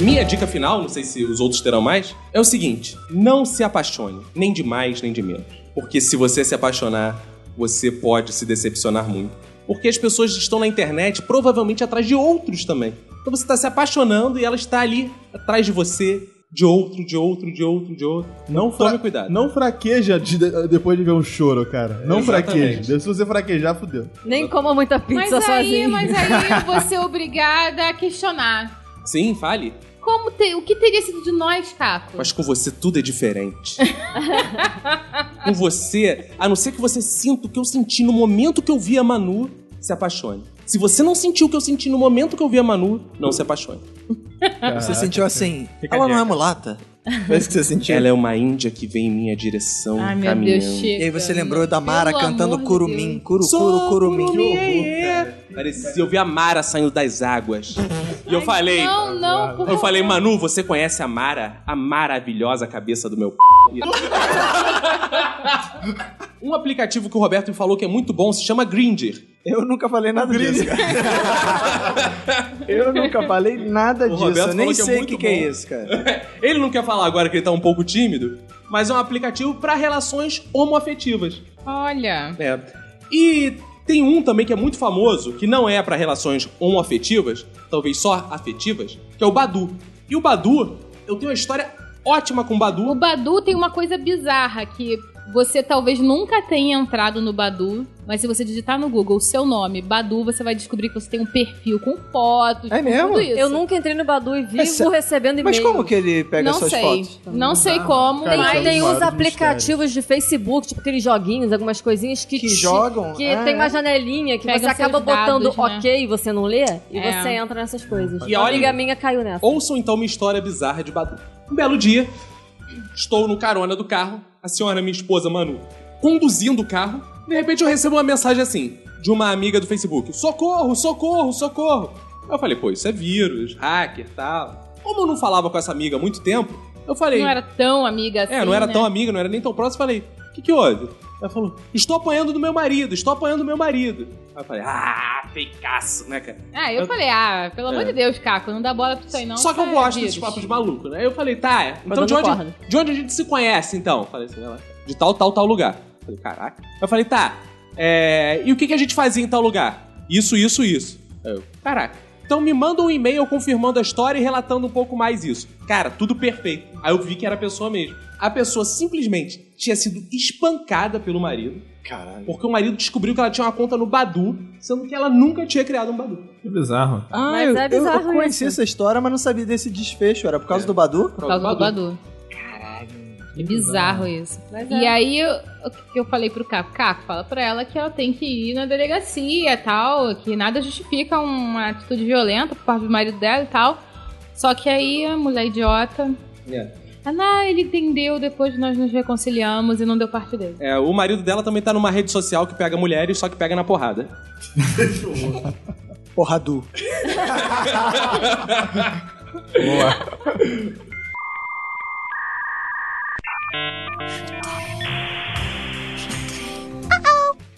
S1: Minha dica final, não sei se os outros terão mais, é o seguinte: não se apaixone, nem de mais nem de menos. Porque se você se apaixonar, você pode se decepcionar muito. Porque as pessoas estão na internet provavelmente atrás de outros também. Então você está se apaixonando e ela está ali atrás de você, de outro, de outro, de outro, de outro.
S6: Não
S1: Tome
S6: fra-
S1: cuidado.
S6: Não fraqueja de- de- depois de ver um choro, cara. Não
S1: Exatamente.
S6: fraqueja. Se você fraquejar, fudeu.
S3: Nem coma muita pizza
S4: Mas aí,
S3: sozinho.
S4: mas aí eu vou ser obrigada a questionar.
S1: Sim, fale.
S4: Como te- o que teria sido de nós, Caco?
S1: Mas com você tudo é diferente. com você, a não ser que você sinta o que eu senti no momento que eu vi a Manu, se apaixone. Se você não sentiu o que eu senti no momento que eu vi a Manu, não se apaixone.
S2: Você
S6: Ah,
S2: sentiu assim,
S5: Fica
S2: ela
S5: a
S2: não é
S5: dica.
S2: mulata? Foi isso que você sentiu?
S1: Ela é uma índia que vem em minha direção
S4: Ai, meu
S1: caminhando.
S4: Deus, Chico.
S2: E aí você lembrou da Mara
S4: Pelo
S2: cantando
S4: amor de
S2: curumim,
S4: Deus.
S2: curu, curu, curumim.
S1: é. Parecia, eu vi a Mara saindo das águas. E eu falei...
S4: Não, não, por
S1: Eu
S4: favor.
S1: falei, Manu, você conhece a Mara? A maravilhosa cabeça do meu p. um aplicativo que o Roberto me falou que é muito bom se chama Grindr.
S2: Eu nunca falei nada disso, cara. Eu nunca falei nada disso.
S1: Roberto
S2: Eu
S1: falou
S2: nem
S1: que é
S2: sei o
S1: muito
S2: que, que é
S1: bom.
S2: isso, cara.
S1: Ele não quer falar agora que ele tá um pouco tímido, mas é um aplicativo pra relações homoafetivas.
S4: Olha.
S1: É. E tem um também que é muito famoso, que não é pra relações homoafetivas, talvez só afetivas, que é o Badu. E o Badu, eu tenho uma história ótima com o Badu.
S4: O Badu tem uma coisa bizarra que você talvez nunca tenha entrado no Badu, mas se você digitar no Google o seu nome, Badu, você vai descobrir que você tem um perfil com fotos,
S2: É
S4: com
S2: mesmo?
S4: tudo isso.
S3: Eu nunca entrei no Badu e vivo
S2: É sé-
S3: recebendo e-mail.
S2: Mas como que é? ele pega
S4: não
S2: suas
S4: sei.
S2: fotos? então,
S4: Não sei como,
S6: Cara,
S4: mas
S3: Tem,
S6: Vários
S2: é
S3: tem uns
S2: um
S6: mistérios.
S3: aplicativos de Facebook, tipo aqueles joguinhos, algumas coisinhas que...
S2: Que
S3: te-
S2: jogam?
S3: Que
S2: Ah,
S3: tem uma
S2: é.
S3: janelinha que
S4: Pegam
S3: você acaba
S4: seus dados,
S3: botando
S4: né?
S3: ok, você não lê, e
S4: É.
S3: você entra nessas coisas.
S1: E
S3: uma
S1: olha-
S3: amiga minha caiu nessa.
S1: Ouçam então uma história bizarra de Badu. Um belo dia, estou no carona do carro, a senhora, minha esposa Manu, conduzindo o carro. De repente eu recebo uma mensagem assim, de uma amiga do Facebook: Socorro, socorro, socorro. Eu falei, pô, isso é vírus, hacker tal. Como eu não falava com essa amiga há muito tempo, eu falei.
S4: não era tão amiga assim.
S1: É, não era
S4: né?
S1: tão amiga, não era nem tão próximo. Falei, o que, que houve? Ela falou, estou apanhando do meu marido, estou apanhando do meu marido. Aí eu falei, ah, feicaço, né, cara?
S4: Ah, eu falei, ah, pelo amor
S1: É.
S4: de Deus, Caco, não dá bola pra isso aí não.
S1: Só que eu
S4: tá
S1: gosto
S4: vírus.
S1: desses papos de maluco, né? Aí eu falei, tá, é, então
S3: dando
S1: de onde,
S3: corda.
S1: de onde a gente se conhece, então? Falei assim, ela, de tal, tal, tal lugar. Eu Falei, caraca. Eu falei, tá, é, e o que, que a gente fazia em tal lugar? Isso, isso, isso. Aí eu, caraca. Então me manda um e-mail confirmando a história e relatando um pouco mais isso. Cara, tudo perfeito. Aí eu vi que era a pessoa mesmo. A pessoa simplesmente tinha sido espancada pelo marido.
S2: Caralho.
S1: Porque o marido descobriu que ela tinha uma conta no Badu, sendo que ela nunca tinha criado um Badu.
S5: Que bizarro.
S2: Ah,
S3: Mas
S2: eu,
S3: é
S2: eu-
S3: bizarro
S2: eu conheci
S3: isso.
S2: essa história, mas não sabia desse desfecho. Era por causa do Badu?
S4: Por causa do Badu. É bizarro isso.
S3: Mas
S4: E
S3: é.
S4: aí, eu, o que eu falei pro Caco, Caco, fala pra ela que ela tem que ir na delegacia e tal, que nada justifica uma atitude violenta por parte do marido dela e tal. Só que aí a mulher idiota. Ah, não, ele entendeu, depois nós nos reconciliamos e não deu parte dele.
S1: É, o marido dela também tá numa rede social que pega mulheres, só que pega na porrada.
S2: Porradu.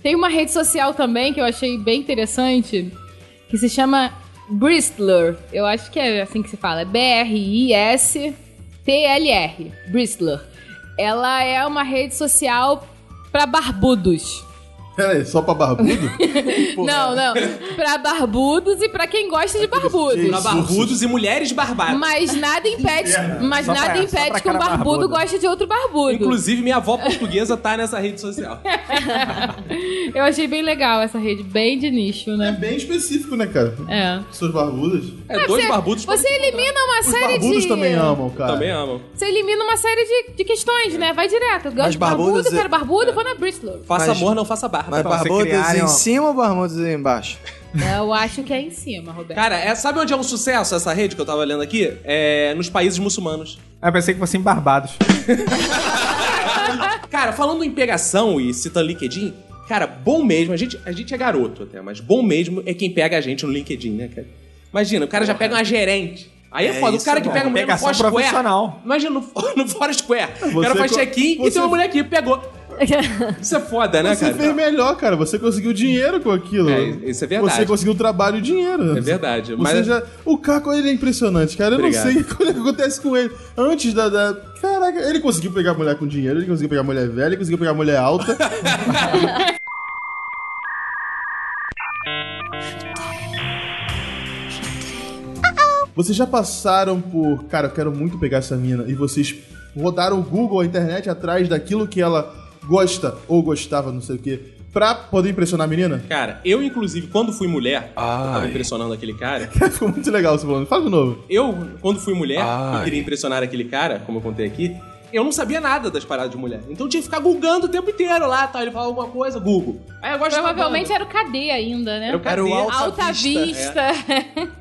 S4: Tem uma rede social também que eu achei bem interessante, que se chama Bristler. Eu acho que é assim que se fala, é B-R-I-S-T-L-R, Bristler. Ela é uma rede social pra barbudos.
S6: Peraí, só pra barbudo?
S4: Não, não, pra barbudos e pra quem gosta de barbudos.
S1: Pra barbudos e mulheres barbadas.
S4: Mas nada impede, mas
S5: Só
S4: nada
S5: pra- só pra
S4: impede que um
S5: cara
S4: barbudo
S5: barbudo.
S4: goste de outro barbudo.
S1: Inclusive, minha avó portuguesa tá nessa rede social.
S4: Eu achei bem legal essa rede, bem de nicho,
S6: É
S4: né?
S6: bem específico, né, cara?
S4: É.
S6: Pessoas barbudas.
S1: É, dois
S4: você,
S1: barbudos
S4: Você elimina uma
S6: Os
S4: série
S6: barbudos
S4: de.
S6: também amam, cara.
S1: também amam.
S4: Você elimina uma série de, de questões, né? Vai direto. Gosto de barbudo,
S2: barbudas é-
S4: quero barbudo, vou na Bristol.
S1: Faça
S2: Mas-
S1: amor, não faça barba.
S2: Mas
S5: Pra você
S2: barbudos
S5: criarem,
S2: em
S5: ó.
S2: cima ou barbudos embaixo?
S4: Eu acho que é em cima, Roberto.
S1: Cara, é- sabe onde é um sucesso essa rede que eu tava olhando aqui? É nos países muçulmanos.
S5: Ah, eu pensei que fosse em Barbados.
S1: Cara, falando em pegação e citando LinkedIn, cara, bom mesmo, a gente, a gente é garoto até, mas bom mesmo é quem pega a gente no LinkedIn, né, cara? Imagina, o cara já pega uma gerente. Aí é,
S2: É,
S1: foda, o
S2: isso
S1: cara
S2: é
S1: que
S2: bom.
S1: pega a mulher no
S5: Pegação
S1: Foursquare.
S5: profissional.
S1: Imagina, no, no Foursquare. O cara
S6: Você
S1: faz
S6: co-
S1: check-in e
S6: você-
S1: tem uma mulher aqui, pegou. Isso é foda, né,
S6: Você
S1: cara?
S6: fez melhor, cara. Você conseguiu dinheiro com aquilo.
S1: É, isso é verdade.
S6: Você conseguiu trabalho e dinheiro.
S1: É verdade,
S6: Você
S1: mas-
S6: já... O Caco, ele é impressionante, cara. Eu
S1: Obrigado.
S6: não sei o que acontece com ele. Antes da, da- Caraca, ele conseguiu pegar mulher com dinheiro, ele conseguiu pegar mulher velha, ele conseguiu pegar mulher alta. Vocês já passaram por, cara, eu quero muito pegar essa mina, e vocês rodaram o Google, a internet atrás daquilo que ela gosta ou gostava, não sei o quê, pra poder impressionar a menina?
S1: Cara, eu, inclusive, quando fui mulher, eu tava
S7: Ai.
S1: impressionando aquele cara.
S6: Ficou muito legal você falando. Fala de novo.
S1: Eu, quando fui mulher
S7: Ai.
S1: e queria impressionar aquele cara, como eu contei aqui, eu não sabia nada das paradas de mulher. Então eu tinha que ficar googando o tempo inteiro lá, tá? Ele falava alguma coisa, Google. Aí
S6: Tá
S1: eu gosto de
S4: Provavelmente
S1: banda.
S4: era o KD ainda, né?
S1: Era o Cadê? Era o Alta
S4: Alta Vista.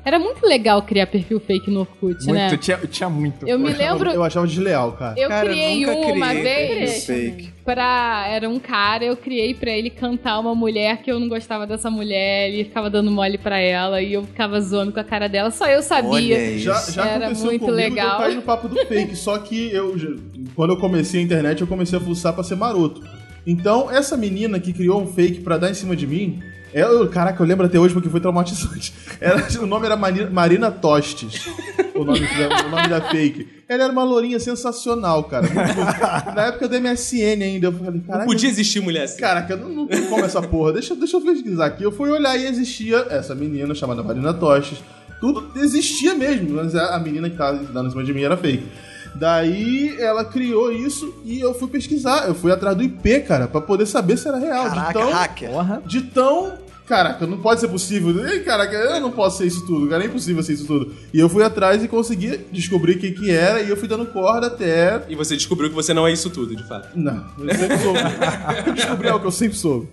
S4: Era muito legal criar perfil fake no Orkut, né?
S5: Muito, tinha, tinha muito.
S4: Eu me lembro.
S6: Eu achava desleal, cara.
S4: Eu
S2: Cara, eu
S4: criei
S2: nunca
S4: um uma
S2: criei
S4: vez
S2: perfil fake.
S4: pra. Era um cara, eu criei pra ele cantar uma mulher que eu não gostava dessa mulher, ele ficava dando mole pra ela e eu ficava zoando com a cara dela, só eu sabia.
S2: Olha isso.
S6: Já, já
S4: Era
S6: aconteceu
S4: muito
S6: comigo de
S4: legal.
S6: eu caí no papo do fake, só que eu já- quando eu comecei a internet, eu comecei a fuçar pra ser maroto. Então, essa menina que criou um fake pra dar em cima de mim, eu, caraca, eu lembro até hoje porque foi traumatizante. Ela- o nome era Mani- Marina Tostes. O nome, da, o nome da fake. Ela era uma lourinha sensacional, cara. Muito bonita. Na época do MSN ainda, eu falei,
S1: Não
S6: caraca.
S1: podia existir mulher assim.
S6: Caraca, não, não tem como essa porra. Deixa, deixa eu pesquisar aqui. Eu fui olhar e existia essa menina chamada Marina Tostes. Tudo existia mesmo, mas a, a menina que tava dando em cima de mim era fake. Daí ela criou isso e eu fui pesquisar. Eu fui atrás do IP, cara, pra poder saber se era real.
S2: Caraca,
S6: de tão.
S2: hacker.
S6: De tão. Caraca, não pode ser possível. Ei, Caraca, eu não posso ser isso tudo, cara. É impossível ser isso tudo. E eu fui atrás e consegui descobrir o que, que era e eu fui dando corda até.
S1: E você descobriu que você não é isso tudo, de fato.
S6: Não, eu sempre soube. eu descobri algo que eu sempre soube.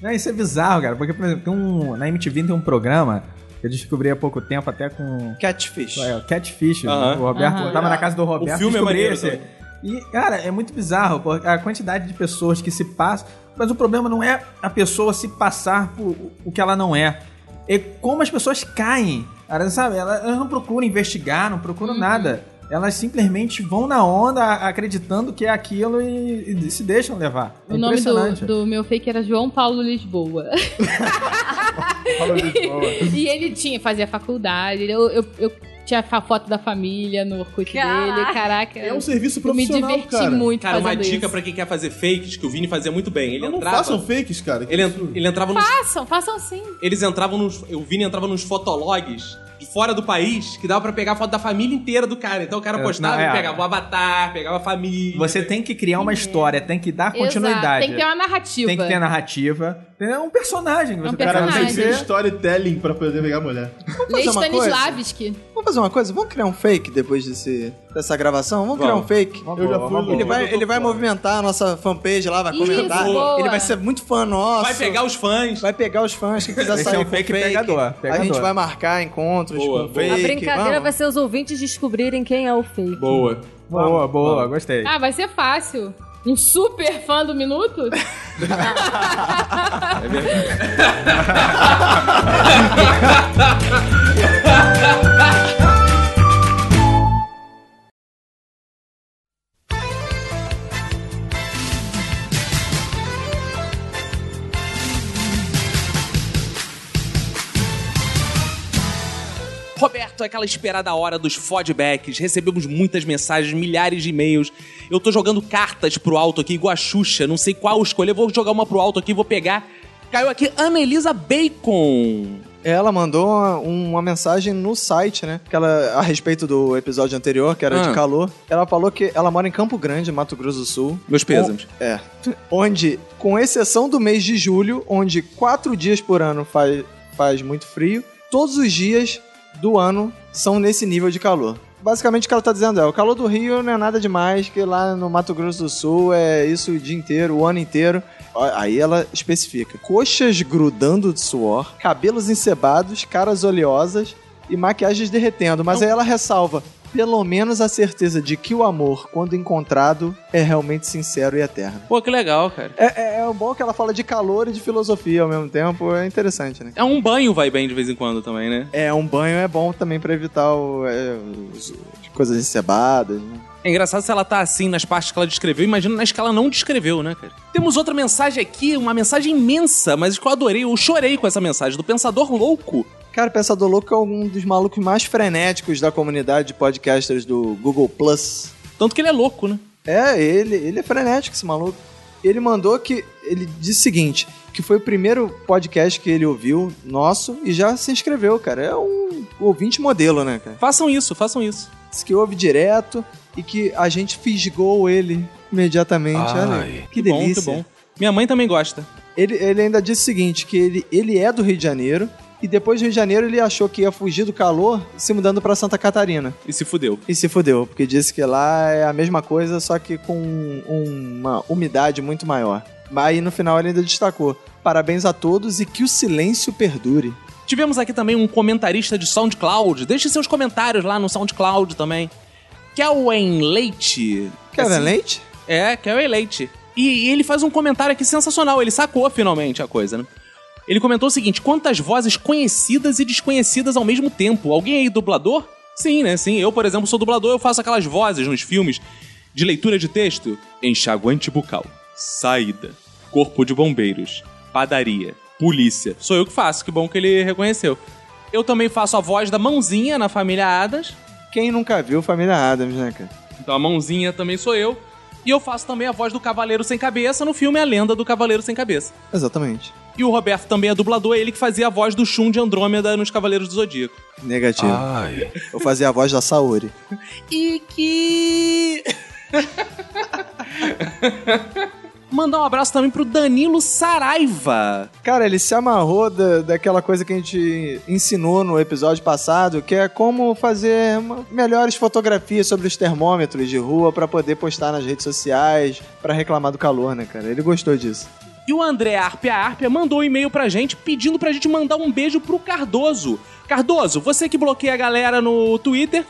S5: Não, isso é bizarro, cara. Porque, por exemplo, tem um, na MTV tem um programa que eu descobri há pouco tempo, até com.
S2: Catfish.
S5: É, Catfish.
S1: Aham.
S5: O Roberto.
S4: Aham.
S5: Eu tava na casa do Roberto.
S1: O filme é
S5: descobri
S1: maneiro
S5: esse-
S2: assim.
S1: também.
S5: E, cara, é muito bizarro porque a quantidade de pessoas que se passam. Mas o problema não é a pessoa se passar por o que ela não é. É como as pessoas caem. Cara, sabe? Elas elas não procuram investigar, não
S4: Uhum.
S5: procuram nada. Elas simplesmente vão na onda acreditando que é aquilo e, e se deixam levar. É
S4: O nome
S5: impressionante.
S4: do, do meu fake era João Paulo Lisboa. e ele tinha, fazia faculdade, ele- eu, eu, eu tinha a foto da família no Orkut
S3: Caraca.
S4: dele, caraca.
S6: É um serviço
S4: eu me
S6: profissional,
S4: diverti
S6: cara.
S4: muito
S1: Cara, uma
S4: fazendo
S1: dica
S4: isso.
S1: pra quem quer fazer fakes, que o Vini fazia muito bem. Ele
S6: Não
S1: entrava.
S6: façam fakes, cara.
S1: ele, en- ele entrava nos.
S4: Façam, façam sim.
S1: Eles entravam nos. O Vini entrava nos fotologs de fora do país que dava pra pegar a foto da família inteira do cara. Então o cara
S5: É,
S1: postava
S5: não,
S1: e
S5: é.
S1: pegava o avatar, pegava a família.
S5: Você tem que criar uma história, tem que dar
S4: Exato,
S5: continuidade.
S4: Tem que ter uma narrativa.
S5: Tem que ter narrativa. É um personagem que
S4: É um
S5: você tem que
S6: Cara, tem que
S4: personagem.
S5: fazer.
S6: ser storytelling pra é poder pegar mulher.
S4: Lei
S2: fazer uma coisa?
S4: Stanislavski.
S2: Vamos fazer uma coisa? Vamos criar um fake depois desse, dessa gravação? Vamos, criar um
S5: Vamos.
S2: fake?
S6: Eu já fui
S2: Ele vai, ele vai movimentar a nossa fanpage lá, vai
S4: Isso,
S2: comentar.
S4: boa.
S2: Ele vai ser muito fã nosso.
S1: Vai pegar os fãs.
S2: Vai pegar os fãs que quiser
S5: Esse
S2: sair
S5: é um
S2: com
S5: fake pegador,
S2: A
S5: pegador.
S2: gente vai marcar encontros
S1: Boa,
S2: com
S1: boa.
S3: A
S2: fake.
S3: brincadeira
S2: vamos.
S3: vai ser os ouvintes descobrirem quem é o fake.
S1: Boa.
S5: Boa, boa, gostei.
S4: Ah, vai ser fácil. Um super fã do Minuto?
S1: Roberto, aquela esperada hora dos fodbacks. Recebemos muitas mensagens, milhares de e-mails. Eu tô jogando cartas pro alto aqui, igual a Xuxa. Não sei qual escolher. Eu vou jogar uma pro alto aqui, vou pegar. Caiu aqui Anelisa Bacon.
S2: Ela mandou uma, um, uma mensagem no site, né? Que ela, a respeito do episódio anterior, que era
S1: Ah.
S2: de calor. Ela falou que ela mora em Campo Grande, Mato Grosso do Sul.
S1: Meus pêsames.
S2: É. Onde, com exceção do mês de julho, onde quatro dias por ano faz, faz muito frio, todos os dias do ano são nesse nível de calor. Basicamente o que ela tá dizendo é, o calor do Rio não é nada demais, que lá no Mato Grosso do Sul é isso o dia inteiro, o ano inteiro. Ó, Aí ela especifica: coxas grudando de suor, cabelos encebados, caras oleosas e maquiagens derretendo. Mas aí ela ressalva: pelo menos a certeza de que o amor, quando encontrado, é realmente sincero e eterno.
S1: Pô, que legal, cara.
S2: É, é, é bom que ela fala de calor e de filosofia ao mesmo tempo, é interessante, né?
S1: É um banho vai bem de vez em quando também, né?
S2: É, um banho é bom também pra evitar o, é, os- as coisas encebadas, né?
S1: É engraçado se ela tá assim nas partes que ela descreveu. Imagina nas que ela não descreveu, né, cara? Temos outra mensagem aqui, uma mensagem imensa, mas que eu adorei. Eu chorei com essa mensagem do Pensador Louco.
S2: Cara, o Pensador Louco é um dos malucos mais frenéticos da comunidade de podcasters do Google Plus.
S1: Tanto que ele é louco, né?
S2: É, ele, ele é frenético, esse maluco. Ele mandou que. Ele disse o seguinte: que foi o primeiro podcast que ele ouviu, nosso, e já se inscreveu, cara. É um ouvinte modelo, né, cara?
S1: Façam isso, façam isso.
S2: Diz que ouve direto e que a gente fisgou ele imediatamente. Olha aí. que,
S1: bom,
S2: delícia.
S1: que bom. Minha mãe também gosta.
S2: Ele, ele ainda disse o seguinte: que ele, ele é do Rio de Janeiro. E depois do Rio de Janeiro ele achou que ia fugir do calor se mudando pra Santa Catarina.
S1: E se fudeu.
S2: E se fudeu, porque disse que lá é a mesma coisa, só que com um, uma umidade muito maior. Mas aí no final ele ainda destacou: parabéns a todos e que o silêncio perdure.
S1: Tivemos aqui também um comentarista de SoundCloud. Deixe seus comentários lá no SoundCloud também. Kelwen Leite.
S2: Kevin
S1: Assim-
S2: Leite?
S1: É, Kelwen Leite. E, e ele faz um comentário aqui sensacional. Ele sacou finalmente a coisa, né? Ele comentou o seguinte: quantas vozes conhecidas e desconhecidas ao mesmo tempo? Alguém aí dublador? Sim, né? Sim. Eu, por exemplo, sou dublador, eu faço aquelas vozes nos filmes de leitura de texto. Enxaguante bucal. Saída. Corpo de bombeiros. Padaria. Polícia. Sou eu que faço, que bom que ele reconheceu. Eu também faço a voz da mãozinha na família Adams.
S2: Quem nunca viu Família Adams, né, cara?
S1: Então a mãozinha também sou eu. E eu faço também a voz do Cavaleiro Sem Cabeça no filme A Lenda do Cavaleiro Sem Cabeça.
S2: Exatamente.
S1: E o Roberto também é dublador, é ele que fazia a voz do Shun de Andrômeda nos Cavaleiros do Zodíaco.
S2: Negativo. Eu fazia a voz da Saori.
S1: E que. Mandar um abraço também pro Danilo Saraiva.
S2: Cara, ele se amarrou da, daquela coisa que a gente ensinou no episódio passado, que é como fazer uma- melhores fotografias sobre os termômetros de rua pra poder postar nas redes sociais, pra reclamar do calor, né, cara? Ele gostou disso.
S1: E o André Arpia Arpia mandou um e-mail pra gente pedindo pra gente mandar um beijo pro Cardoso. Cardoso, você que bloqueia a galera no Twitter,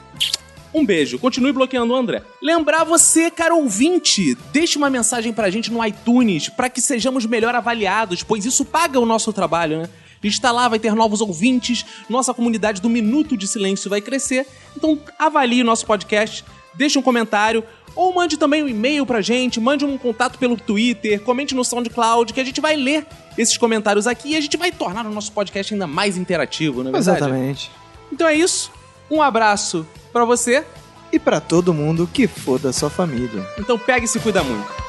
S1: um beijo. Continue bloqueando o André. Lembrar você, cara ouvinte, deixe uma mensagem pra gente no iTunes pra que sejamos melhor avaliados, pois isso paga o nosso trabalho, né? A gente tá lá, vai ter novos ouvintes, nossa comunidade do Minuto de Silêncio vai crescer. Então avalie o nosso podcast, deixe um comentário, ou mande também um e-mail pra gente, mande um contato pelo Twitter, comente no SoundCloud, que a gente vai ler esses comentários aqui e a gente vai tornar o nosso podcast ainda mais interativo, não é verdade?
S2: Exatamente.
S1: Então é isso. Um abraço pra você.
S2: E pra todo mundo que foda a sua família.
S1: Então pega e se cuida muito.